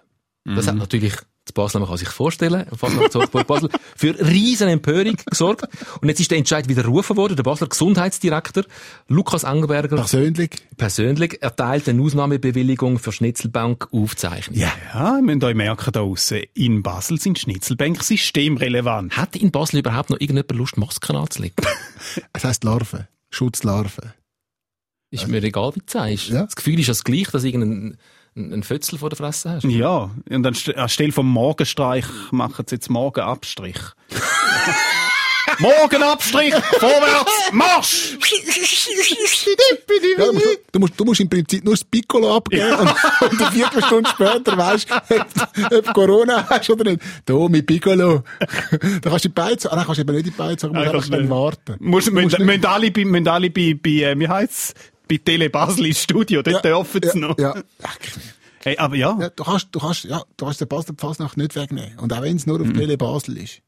Das hat natürlich das Basel, man kann sich vorstellen, Fasnachtszug Basel, für riesen Empörung gesorgt. Und jetzt ist der Entscheid widerrufen worden. Der Basler Gesundheitsdirektor Lukas Engelberger
Persönlich?
persönlich erteilt eine Ausnahmebewilligung für Schnitzelbank aufzeichnen.
Ja, ihr müsst euch merken da aussen, in Basel sind Schnitzelbänke systemrelevant.
Hat in Basel überhaupt noch irgendjemand Lust, Masken anzulegen?
Es heisst Larven. Schutzlarven.
Ist mir egal, wie du sagst.
Ja.
Das Gefühl ist ja das gleiche, dass du irgendein ein, ein Fötzel vor der Fresse hast.
Ja, und dann st- anstelle vom Morgenstreich machen sie jetzt Morgenabstrich. Morgenabstrich, vorwärts, Marsch!
Ja, du, musst, du, musst, du musst im Prinzip nur das Piccolo abgeben und, und eine Viertelstunde später weisst, ob, ob du Corona hast oder nicht. Da, mit Piccolo. da kannst du in beide Sachen, nein, kannst du eben nicht in beide Sachen, du musst
Nein,
einfach schnell
kannst
warten.
Muss, müssen, müssen alle bei, müssen alle bei, bei äh, wie heisst's? Bei Tele Basel ins Studio, dort dürfen sie
ja,
noch.
Ja,
Hey, aber ja,
ja, du kannst, du kannst, ja, du kannst den Basel Fasnacht nicht wegnehmen. Und auch wenn es nur
Mhm.
auf Tele Basel ist.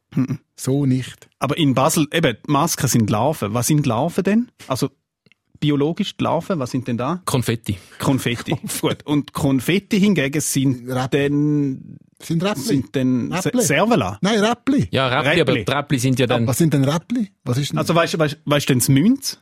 So nicht.
aber in Basel, eben, die Masken sind Larven. Was sind Larven denn? Also, biologisch die Larven, was sind denn da?
Konfetti.
Konfetti. Gut. Und Konfetti hingegen sind
Rappen.
dann,
Sind Räppli?
sind dann Se-
Räppli?
Servola.
Nein, Räppli.
Ja,
Räppli.
Räppli, aber die Räppli sind ja dann...
Was sind denn Räppli? Was ist denn?
Also weißt du, weißt, weißt du denn das Münz?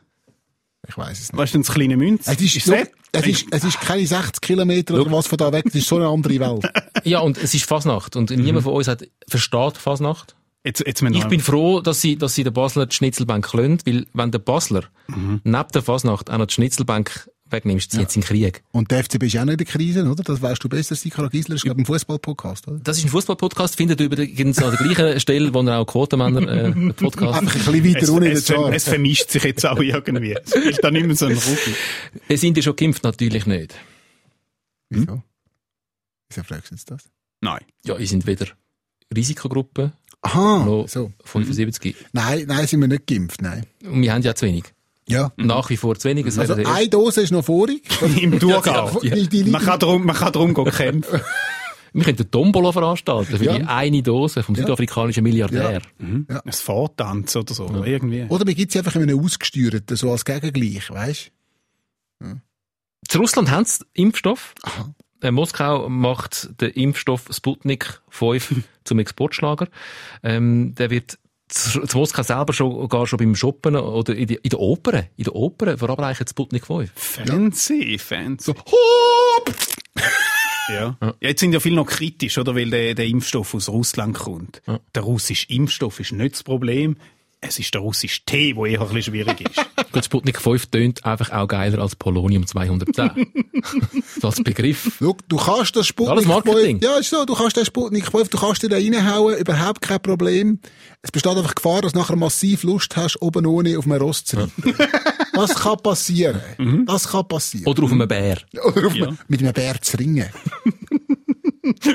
ich weiß es nicht.
Weißt du denn das kleine Münz?
Äh,
Es ist,
Ist
schau,
das-
es, ist, es ist keine 60 Kilometer oder was von da weg, es ist so eine andere Welt. Mhm.
Ja, und es ist Fasnacht. Und niemand von uns hat, versteht Fasnacht.
Jetzt, jetzt müssen wir
Ich
noch-
bin froh, dass sie, dass sie der Basler die Schnitzelbank klönt, weil wenn der Basler
Mhm.
neben der Fasnacht auch noch die Schnitzelbank wegnimmst, zieht es in den Krieg.
Und der FCB ist auch nicht in der Krise, oder? Das weißt du besser, Sikora Gisler ist, glaube ich, ein Fußball-Podcast, oder?
Das ist ein Fußball-Podcast, findet ihr übrigens an der gleichen Stelle, wo ihr auch äh, Quotenmänner-Podcast
Einfach ein bisschen weiter unten in der
es,
Chart.
es vermischt sich jetzt auch irgendwie. Es spielt da nicht mehr so ein Ruckel.
Es sind ja schon geimpft, natürlich nicht.
Wieso? Wieso fragst du jetzt das?
Nein.
Ja, ihr sind weder Risikogruppe
Aha,
noch
so.
75.
Nein, nein, sind wir nicht geimpft, nein.
Und wir haben ja zu wenig.
Ja.
Nach wie vor zu wenig. Es
Mhm. Also,
wäre der
eine Dose ist noch vorig.
Im Durchgau.
Ja.
Die, die
Man kann drum, man kann drum gehen kämpfen.
erste- wir könnten eine Tombola veranstalten für
Ja.
die eine Dose vom südafrikanischen Milliardär.
Ein Vortanz oder so. Irgendwie.
oder man gibt sie einfach in einem ausgesteuerten, so als Gegengleich, weißt
Zu Russland haben sie Impfstoff.
Aha.
Äh, Moskau macht den Impfstoff Sputnik 5 zum Exportschlager. Ähm, der wird zu zu Moskau selber schon, gar schon beim Shoppen oder in, die, in der Oper, in der Oper verabreichen Sputnik 5.
Fancy, fancy. Ja. ja. Jetzt sind ja viele noch kritisch, oder? Weil der, der Impfstoff aus Russland kommt. Der russische Impfstoff ist nicht das Problem. Es ist der russische Tee, der eher ein bisschen schwierig ist.
Gut, Sputnik 5 tönt einfach auch geiler als Polonium 210. so als Begriff.
du? Schau, du kannst das Sputnik...
Alles Marketing.
Ja, ist so, du kannst das Sputnik... Du kannst dir da reinhauen, überhaupt kein Problem. Es besteht einfach Gefahr, dass du nachher massiv Lust hast, oben ohne auf einem Ross zu reiten. Das kann passieren. Das kann passieren.
Oder auf einem Bär.
Oder auf
Ja.
einem- mit einem Bär zu ringen.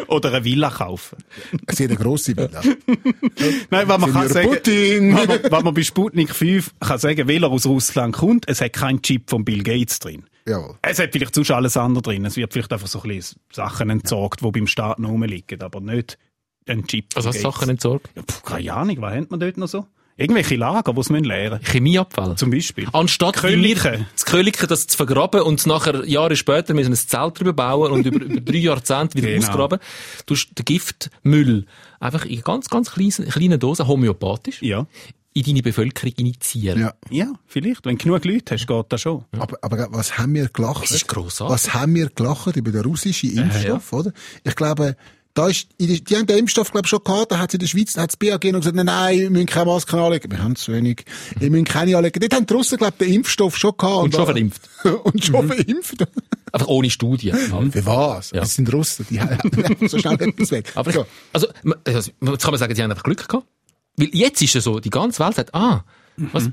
Oder eine Villa kaufen.
Sie hat eine grosse Villa.
Nein, was man kann
Senior
sagen,
Putin.
was man, was man bei Sputnik 5 kann sagen, weil er aus Russland kommt, es hat keinen Chip von Bill Gates drin.
Jawohl.
Es hat vielleicht sonst alles andere drin. Es wird vielleicht einfach so ein bisschen Sachen entsorgt, die beim Staat noch rumliegen, aber nicht ein Chip.
Also
von
hast du
Gates.
Sachen entsorgt?
Ja, puh, keine Ahnung, was haben wir dort noch so? Irgendwelche Lager, die es müssen leeren
Chemieabfall.
Zum Beispiel.
Anstatt wie
Köliken.
wir das Köliken, das zu vergraben und nachher Jahre später müssen wir ein Zelt drüber bauen und über, über drei Jahrzehnte wieder
Genau.
ausgraben, du den Giftmüll einfach in ganz, ganz kleinen, kleinen Dosen, homöopathisch,
Ja.
in deine Bevölkerung initiieren.
Ja.
Ja, vielleicht. Wenn du genug Leute hast, geht das schon.
Aber, aber was haben wir gelacht?
Es ist grossartig.
Was haben wir gelacht über den russischen Impfstoff, oder? Ich glaube, da ist, in der- die haben den Impfstoff, glaube ich, schon gehabt, da hat in der Schweiz, hat das BAG noch gesagt, nein, nein, wir müssen keine Masken anlegen, wir haben zu wenig, wir müssen keine anlegen. Dort haben die Russen, glaube ich, den Impfstoff schon gehabt.
Und schon verimpft. Mhm.
und schon verimpft.
Einfach ohne Studien.
Für was? Das sind Russen, die haben so schnell etwas weg.
Aber ich,
so.
also, man- also, man- jetzt kann man sagen, die haben einfach Glück gehabt. Weil jetzt ist es so, die ganze Welt sagt, ah, was,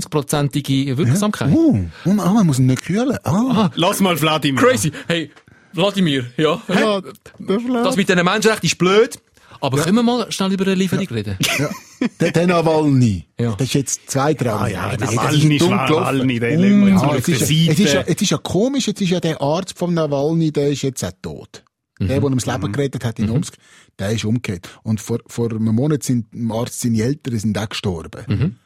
91-prozentige Wirksamkeit.
Oh, oh, man muss ihn nicht kühlen. Ah,
Lass mal Vladimir.
Crazy. Hey, Vladimir, ja.
ja,
Das mit diesen Menschenrechten ist blöd. Aber können wir mal schnell über eine Lieferung reden?
Ja. Der, der Nawalny.
Ja.
Das ist jetzt zwei Gramm. Ah,
ja, Nawalny ist Nawalny, den legen wir jetzt mal auf
es, ist
die
ja, es, ist ja,
Seite.
es ist ja komisch, jetzt ist ja der Arzt vom Nawalny, der ist jetzt auch tot.
Mhm.
Der, der ums
Mhm.
Leben geredet hat in Omsk, der ist umgekehrt. Und vor, vor einem Monat sind im Arzt seine Eltern sind auch gestorben.
Mhm.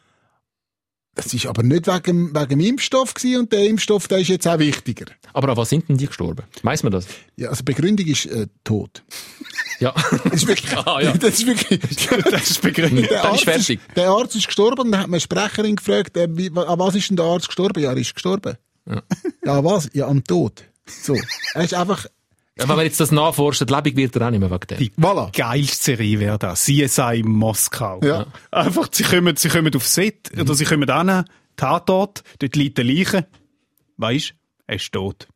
Das ist aber nicht wegen, wegen dem Impfstoff gewesen und der Impfstoff, der ist jetzt auch wichtiger.
Aber an was sind denn die gestorben? Weiss man das?
Ja, also Begründung ist äh, tot.
Ja.
Das ist wirklich,
Ah, ja.
das ist wirklich,
Das ist begründet.
Der
Dann
Arzt
ist fertig.
Ist, der Arzt ist gestorben und dann hat man eine Sprecherin gefragt, äh, wie, wa- an was ist denn der Arzt gestorben? Ja, er ist gestorben. Ja, an was? Ja, am Tod. So. Er ist einfach,
Wenn man jetzt das nachforscht, lebendig wird er auch nicht mehr wegen dem.
voilà.
geilste Serie wäre das. CSI Moskau.
Ja. Mhm.
Einfach, sie kommen, sie kommen aufs Set, oder sie kommen an, Tatort, dort liegt eine Leiche. Weisst, er ist tot.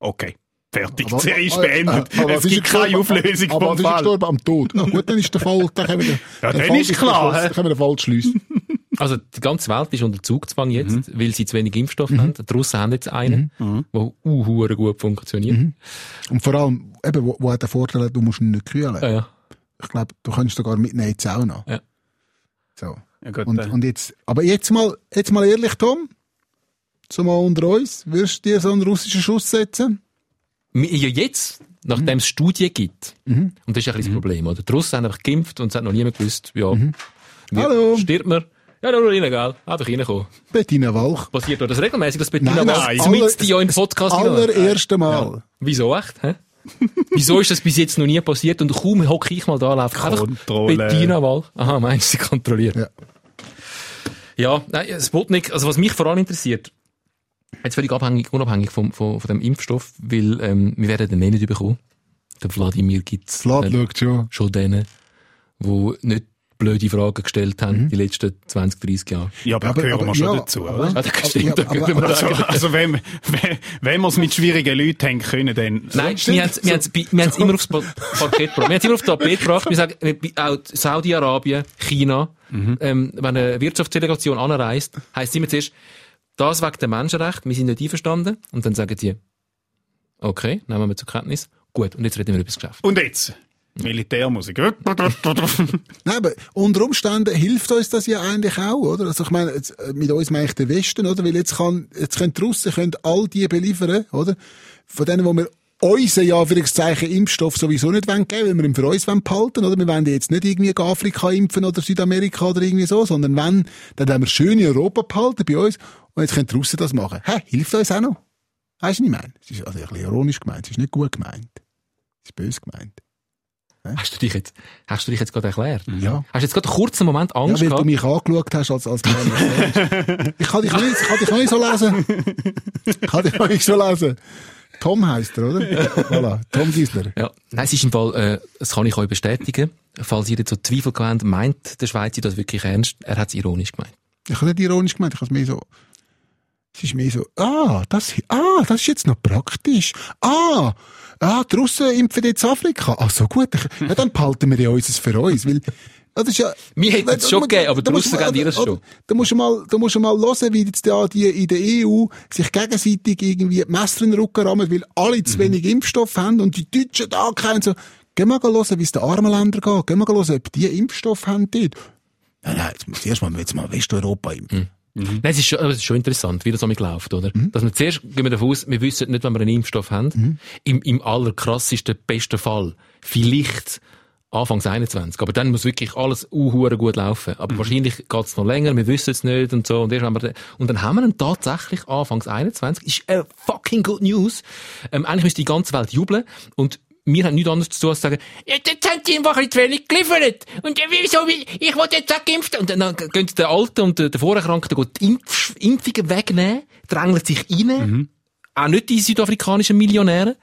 Okay. Fertig. die Serie ist beendet.
äh, aber
es
was ist
gibt
er
keine
gestorben?
Auflösung
Aber
vom
was ist er
Fall.
gestorben? Am Tod. Na gut, dann ist der Fall, dann können wir den,
Ja,
den
dann
Fall
ist klar,
geschlossen,
hä?
Dann können wir den Fall schliessen.
Also, die ganze Welt ist unter Zugzwang jetzt,
Mhm.
weil sie zu wenig Impfstoff haben. Die Russen haben jetzt einen, der uhuere gut funktioniert.
Mhm. Und vor allem, eben, wo, wo hat der Vorteil, du musst ihn nicht kühlen.
Ja, ja.
Ich glaube, du kannst sogar mitnehmen in die Sauna.
Ja.
So.
Ja, gut,
Und,
äh.
und jetzt, aber jetzt mal, jetzt mal ehrlich, Tom. So mal unter uns. Würdest du dir so einen russischen Schuss setzen?
Mi- Ja, jetzt, nachdem
Mhm.
es Studien gibt, und das ist ja ein bisschen das Problem, oder? Die Russen haben einfach geimpft und es hat noch niemand gewusst, ja, wie
Mhm. Hallo.
stirbt man? Ja, nur rein, gell? Einfach reinkommen.
Bettina Walch.
Passiert doch das regelmäßig, das Bettina
Nein,
Walz
nein,
das
aller-
mitten ja äh, im Podcast hinein.
Allererste Mal.
Wieso echt? Hä? Wieso ist das bis jetzt noch nie passiert und kaum hocke ich mal da, läuft einfach
Kontrolle.
Bettina Wall. Aha, meinst du, sie kontrolliert?
Ja.
Ja, nein, Sputnik, also was mich vor allem interessiert, jetzt völlig abhängig, unabhängig vom, vom, von dem Impfstoff, weil ähm, wir werden den eh nicht bekommen. Der Wladimir gibt's
Vlad
äh,
schaut schon.
schon denen, wo nicht blöde Fragen gestellt haben, die letzten 20, 30 Jahre.
Ja, aber,
Aber-
gehören wir
aber-
schon
ja,
dazu.
aber-
oder?
Ah, das stimmt, da
aber-
können wir
Also,
sagen.
also wenn, wenn, wenn wir es mit schwierigen Leuten haben können, dann... äh,
Nein, wir haben es wir haben's bei- wir haben's immer aufs Pa- Parkett gebracht. Wir haben es immer aufs Tapet gebracht. Wir sagen, äh, bei- auch Saudi-Arabien, China,
Mhm.
ähm, wenn eine Wirtschaftsdelegation anreist, heisst es immer zuerst, das wegen der Menschenrechte, wir sind nicht einverstanden. Und dann sagen die, okay, nehmen wir zur Kenntnis. Gut, und jetzt reden wir über das Geschäft.
Und jetzt? Militärmusik.
Nein, aber unter Umständen hilft uns das ja eigentlich auch, oder? Also ich meine, jetzt, äh, mit uns meine ich den Westen, oder? Weil jetzt kann, jetzt können die Russen können all die beliefern, oder? Von denen, wo wir unseren, ja, für das Zeichen Impfstoff sowieso nicht wollen geben, weil wir ihn für uns wollen behalten, oder? Wir wollen die jetzt nicht irgendwie in Afrika impfen oder Südamerika oder irgendwie so, sondern wenn, dann wollen wir schön in Europa behalten bei uns. Und jetzt können die Russen das machen. Hä, hilft uns auch noch? Weißt du, was ich meine? Es ist also ein bisschen ironisch gemeint, es ist nicht gut gemeint. Es ist böse gemeint.
Hast du dich jetzt, hast du dich jetzt gerade erklärt?
Ja.
Hast du jetzt gerade einen kurzen Moment
Ja,
Angst
weil du
gehabt?
mich angeschaut hast als, als Mensch. ich kann dich noch nicht, ich kann dich noch nicht so lesen. Ich kann dich noch nicht so lesen. Tom heisst er, oder? Voilà. Tom Gisler.
Ja. Nein, es ist im Fall, äh, das kann ich euch bestätigen. Falls ihr jetzt so Zweifel gewähnt, meint der Schweizer das wirklich ernst? Er hat es ironisch gemeint.
Ich habe nicht ironisch gemeint, ich habe es mehr so, es ist mehr so, ah, das, ah, das ist jetzt noch praktisch. Ah, ah, die Russen impfen jetzt Afrika. Ah, so gut. Ich, ja, dann behalten wir ja unseres für uns, weil, ja, das ist ja,
Wir hätten es schon
Da-
gegeben, aber
da
die
musst du
Russen
mal-
geben ihr es
oder-
schon.
Da musst du mal, da musst du mal hören, wie jetzt da die in der EU sich gegenseitig irgendwie die Messer in den Rücken rammen, weil alle
Mhm.
zu wenig Impfstoff haben und die Deutschen da kommen und so. Geh mal hören, wie es den armen Ländern geht. Geh mal hören, ob die Impfstoff haben dort. Nein, nein, jetzt muss erst mal, jetzt mal Westeuropa impfen.
Mhm. Ähm, Nein, es ist, schon, aber es ist schon interessant, wie das damit läuft, oder? Dass wir zuerst gehen wir davon aus, wir wissen nicht, wenn wir einen Impfstoff haben. Im, Im allerkrassesten, besten Fall. Vielleicht Anfangs 21. Aber dann muss wirklich alles unhure gut laufen. Aber wahrscheinlich geht's noch länger, wir wissen es nicht und so. Und, erst, wenn wir den- und dann haben wir ihn tatsächlich Anfangs 21. Ist äh, fucking good news. Ähm, eigentlich müsste die ganze Welt jubeln. Und wir haben nichts anderes zu tun, als zu sagen, ja, jetzt haben sie einfach ein bisschen zu wenig geliefert. Und ja, wieso, will- ich will jetzt auch geimpft. Und dann dann gehen der Alte und der der Vorerkrankte gehen die Impf Impfungen wegnehmen, drängeln sich rein. Auch nicht die südafrikanischen Millionäre.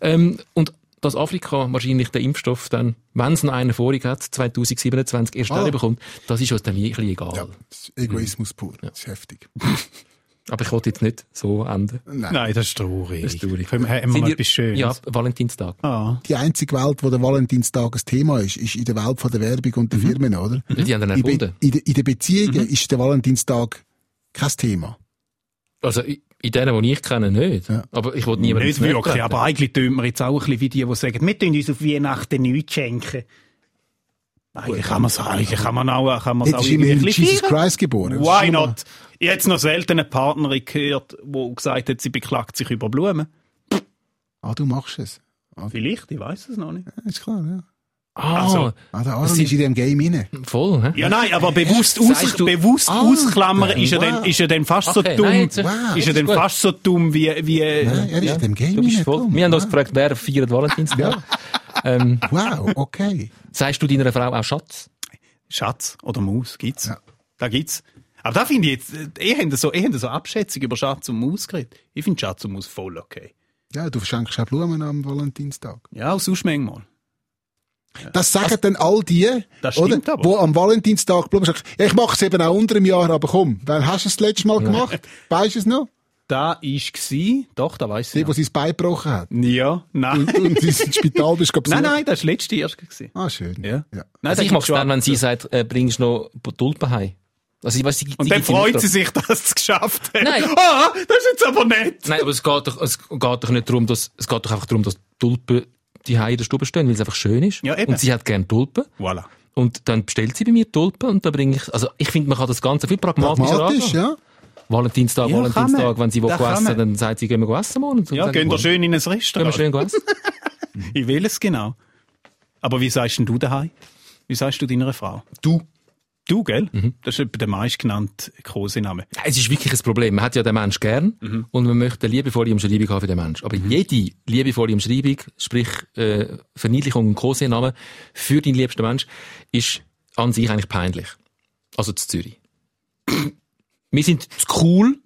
Ähm, und dass Afrika wahrscheinlich den Impfstoff dann, wenn es noch einen vorliegt hat, 2027 erst dann bekommt, das ist uns dann ein bisschen egal.
Ja, das ist Egoismus pur. Das ist heftig.
Aber ich wollte jetzt nicht so enden.
Nein, das ist traurig.
Das ist traurig.
Haben wir- haben wir
Sind
mal
ihr-
etwas Schönes?
Ja, Valentinstag.
Ah.
Die einzige Welt, wo der Valentinstag ein Thema ist, ist in der Welt von der Werbung und der
Mhm.
Firmen, oder?
Die haben dann
In, Be-
erfunden.
in, de, in den Beziehungen
Mhm.
ist der Valentinstag kein Thema.
Also in in denen, die ich kenne, nicht.
Ja.
Aber ich wollte niemanden
Nicht
zu nahe
wirklich,
treten.
aber eigentlich tönt man jetzt auch ein bisschen wie die, die sagen, wir tun uns auf Weihnachten nichts schenken. Eigentlich kann man es eigentlich kann man auch, kann man es
Jetzt
auch
ist
irgendwie ein
immerhin
bisschen
Jesus
feiern.
Christ geboren. Das ist
Why
schon mal-
not? Ich habe jetzt noch selten eine Partnerin gehört, die gesagt hat, sie beklagt sich über Blumen.
Ah, du machst es.
Vielleicht, ich weiß es noch nicht.
Ja, ist klar, ja.
Ah,
Also-
Ah, der Aaron
Es
ist
sind-
in dem Game inne.
voll, hä?
Ja, nein, aber bewusst,
Sagst
aus,
du-
bewusst
Ah,
ausklammern ist ja dann, ist ja dann fast so
Okay,
dumm.
nein, jetzt-
Wow.
ist ja
ist
dann
gut.
fast so dumm wie, wie,
Nein, er ist in dem Game
Du bist
inne.
voll.
Tom.
Wir haben uns gefragt, wer feiert Valentinstag? Ähm,
Wow, okay.
sagst du deiner Frau auch Schatz?
Schatz oder Maus gibt's.
Ja.
Da gibt's. Aber da finde ich jetzt, eh haben so, eh haben so Abschätzung über Schatz und Maus geredet. Ich finde Schatz und Maus voll okay.
Ja, du verschenkst auch Blumen am Valentinstag.
Ja, auch sonst manchmal.
Das sagen dann all die,
Das
oder,
stimmt aber.
wo am Valentinstag Blumen schenken. Ja, ich mache es eben auch unter dem Jahr, aber komm, wann hast du es das letzte Mal gemacht? Weißt du es noch?
Da ist gsi, doch, da weiss
Die,
ich.
die
noch.
sein Bein gebrochen hat.
Ja, nein.
Und, und sie ist ins Spital bist du
Nein, nein, das war letzte erst gewesen.
Ah, schön.
Ja.
ja.
Nein,
Also
da
ich
gibt's
mach's
schon
dann, wenn
ab-
sie sagt, äh, bringst noch Tulpen heim. Also ich weiß, sie,
Und
sie
dann
gibt sie
freut
nicht
sie sich, dass es geschafft hat.
Nein.
Ah, das ist jetzt aber nett.
drauf. Nein, aber es geht doch, es geht doch nicht darum, dass, es geht doch einfach darum, dass Tulpen die in der Stube stehen, weil es einfach schön ist.
Ja, eben.
Und sie hat gern Tulpen.
Voilà.
Und dann bestellt sie bei mir Tulpen und dann bringe ich, also ich finde, man kann das Ganze viel pragmatischer
Pragmatisch,
angehen.
ja.
Valentinstag,
Ja, kann man.
Valentinstag, wenn sie wo
Da kann
essen,
man.
dann sagt sie, gehen wir essen morgen. Und dann
Ja,
sag ich,
gehen wir
morgen.
schön in ein
Gehen wir
Restaurant.
schön essen.
Ich will es genau. Aber wie sagst denn du daheim? Wie sagst du deiner Frau?
Du.
Du, gell?
Mhm.
Das ist etwa der meistgenannte Kosename.
Es ist wirklich ein Problem. Man hat ja den Mensch gern und man möchte eine liebevolle Umschreibung haben für den Mensch. Aber jede liebevolle Umschreibung, sprich äh, Verniedlichung und Kosenamen für deinen liebsten Mensch, ist an sich eigentlich peinlich. Also zu Zürich. Wir sind zu cool,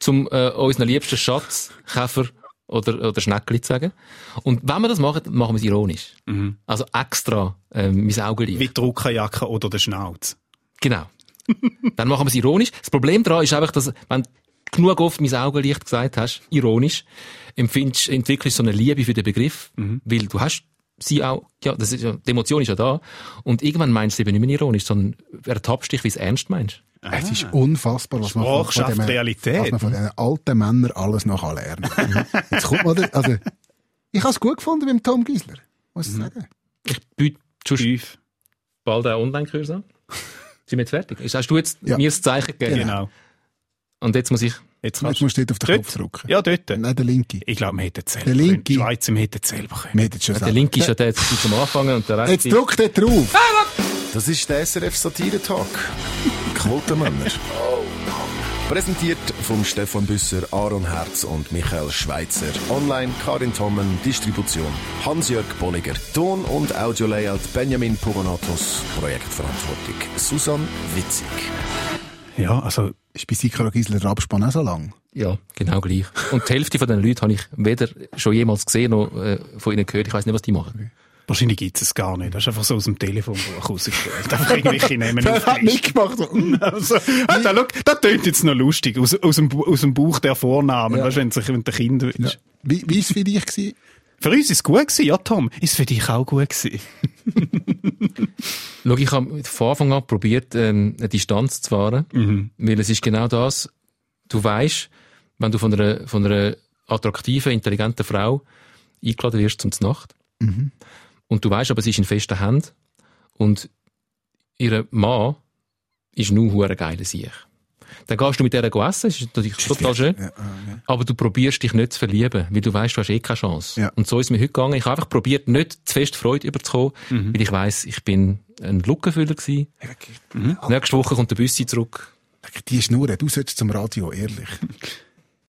zum äh, unseren liebsten Schatz, Käfer oder, oder Schneckli zu sagen. Und wenn wir das machen, dann machen wir es ironisch. Also extra ähm, mein Augenlid.
Wie die Druckerjacke oder der Schnauz.
Genau. Dann machen wir es ironisch. Das Problem daran ist einfach, dass, wenn du genug oft mein Augenlicht gesagt hast, ironisch, empfindest, entwickelst du so eine Liebe für den Begriff, weil du hast sie auch, ja, das ist, ja- die Emotion ist ja da. Und irgendwann meinst du eben nicht mehr ironisch, sondern ertappst dich, wie es ernst meinst.
Es ist unfassbar, was man
Sprache schafft
diesen-
Ah. Realität.
was man von diesen alten Männern alles nachlernt. Jetzt kommt mal der, also, ich habe es gut gefunden beim Tom Giesler, muss
Mhm.
ich sagen.
Ich biete sonst
Tief.
bald einen Online-Kurs an. Sind wir jetzt fertig? Ist- Hast du jetzt
Ja.
mir das Zeichen gegeben?
Genau.
Und jetzt muss ich,
Jetzt
Jetzt
kannst
musst du dort auf den
Dort?
Kopf drücken.
Ja, dort.
Nein, der Linke.
Ich glaube, wir hätten es selber
Der
können.
Linke.
Die Schweizer, wir hätten es selber können.
Wir hätten es schon
der
gesagt.
Linke ist ja der, der zum Anfangen und der Rechte.
Genau. Jetzt drück dort drauf.
Das ist der SRF Satire-Talk. Quotenmänner. Präsentiert vom Stefan Büsser, Aaron Herz und Michael Schweitzer. Online Karin Tommen, Distribution Hans-Jörg Bolliger. Ton- und Audio-Layout Benjamin Pogonatos. Projektverantwortung Susanne Witzig.
Ja, also,
Ist bei Sikora Giesler der Abspann auch so lang?
Ja, genau gleich. Und die Hälfte von den Leuten habe ich weder schon jemals gesehen noch äh, von ihnen gehört. Ich weiß nicht, was die machen.
wahrscheinlich gibt es es gar nicht. Das ist einfach so aus dem Telefonbuch rausgestellt. Einfach irgendwelche Namen
Er hat
aufgelistet.
mitgemacht. so, mm.
Also, ah, da, schau, das tönt jetzt noch lustig. Aus, aus, dem, Bu- aus dem Buch der Vornamen. Weißt du, wenn sich wenn der Kind
Ja.
willst.
Wie, wie ist es für dich gewesen?
Für uns ist es gut gewesen, ja, Tom? Ist für dich auch gut gewesen?
Schau, ich habe von Anfang an probiert, ähm, eine Distanz zu fahren. Weil es ist genau das, du weißt, wenn du von einer, von einer attraktiven, intelligenten Frau eingeladen wirst zum Znacht. Und du weißt aber, sie ist in festen Händen. Und ihr Mann ist nur hure geiler Sieg. Dann gehst du mit der essen, das ist natürlich total schön.
äh,
Aber du probierst dich nicht zu verlieben, weil du weißt, du hast eh keine Chance.
Ja.
Und so ist mir heute gegangen. Ich habe einfach probiert, nicht zu fest Freude überzukommen, weil ich weiss, ich bin ein Lückenfüller gewesen. Nächste Woche kommt der Büssi zurück.
Die Schnur, du solltest zum Radio, ehrlich.